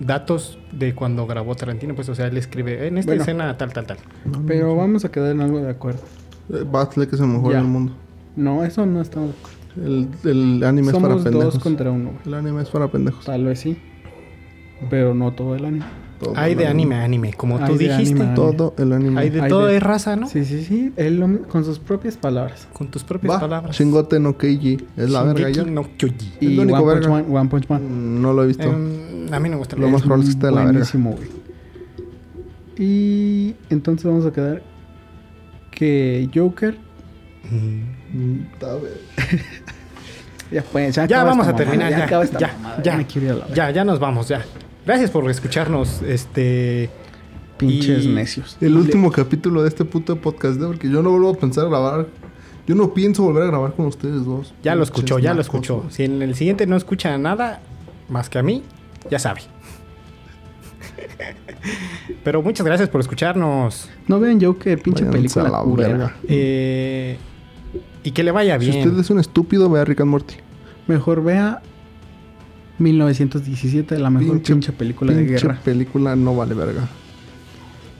A: datos de cuando grabó Tarantino, pues, o sea, él escribe en esta
B: Bueno.
A: escena tal, tal, tal.
C: No, no,
B: Pero
C: no.
B: vamos a quedar en algo de acuerdo.
C: Eh, Batfleck es el mejor
B: Ya.
C: del mundo.
B: No, eso no estamos de acuerdo.
C: El, el anime es
B: Somos
C: para pendejos.
B: dos contra uno, güey.
C: El anime es para pendejos.
B: Tal vez sí. Pero no todo el anime.
C: Todo
A: Hay
C: el
A: de anime a anime, como
B: Hay
A: tú
B: de
A: dijiste.
B: anime a
C: Todo el anime.
A: Hay de
B: Hay
A: todo,
B: de-
A: es raza, ¿no?
B: Sí, sí, sí. Él lo- con sus propias palabras.
A: Con tus propias
C: Va,
A: palabras.
C: Chingote no Keiji. Es la verga
A: Shingeki
C: ya.
A: no Kyoji.
C: El
B: Y One
C: único
B: Punch,
C: verga.
B: Man, One Punch Man.
C: No lo he visto.
A: Em, a mí no me gusta.
C: Lo más probable es que esté de la verga.
B: Buenísimo, güey. Y entonces vamos a quedar que Joker.
A: Mm.
C: Mm, a ver.
B: Ya, pues, ya,
A: Ya
B: acaba
A: vamos
B: esta
A: a terminar,
B: mamada,
A: ya,
B: acaba esta
A: ya,
B: mamada,
A: ya,
B: me quiero ir a la verga.
A: Ya, ya nos vamos, ya. Gracias por escucharnos, este...
B: Pinches
A: Y-
B: necios.
C: El último capítulo de este puto podcast, ¿no? porque yo no vuelvo a pensar grabar. Yo no pienso volver a grabar con ustedes dos.
A: Ya lo
C: Pinches
A: escuchó, ya lo
C: nacos,
A: escuchó.
C: güey.
A: Si en el siguiente no escucha nada más que a mí, ya sabe. Pero muchas gracias por escucharnos.
B: No vean Joker, pinche
C: Váyanse a
B: película.
C: la
B: culera.
C: verga.
A: Eh, y que le vaya
C: Si
A: bien.
C: usted es un estúpido, vea Rick and Morty.
B: Mejor vea 1917, la mejor pinche, película de
C: pinche
B: guerra.
C: película no vale verga.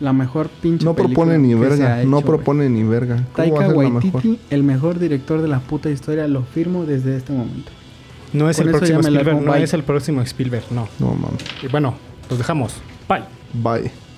B: La mejor pinche
C: No
B: película
C: propone ni
B: que se
C: verga.
B: ha
C: no
B: hecho,
C: propone ni verga. ¿Cómo
B: güey.
C: va a
B: Taika
C: ser la mejor?
B: Waititi, el mejor director de la puta historia, lo firmo desde este momento.
A: No es
B: Con
A: el
B: eso
A: próximo
B: ya me largo,
A: Spielberg, no
B: bye.
A: es el próximo Spielberg, no.
C: No mames.
A: Y bueno, los dejamos. Bye.
C: Bye.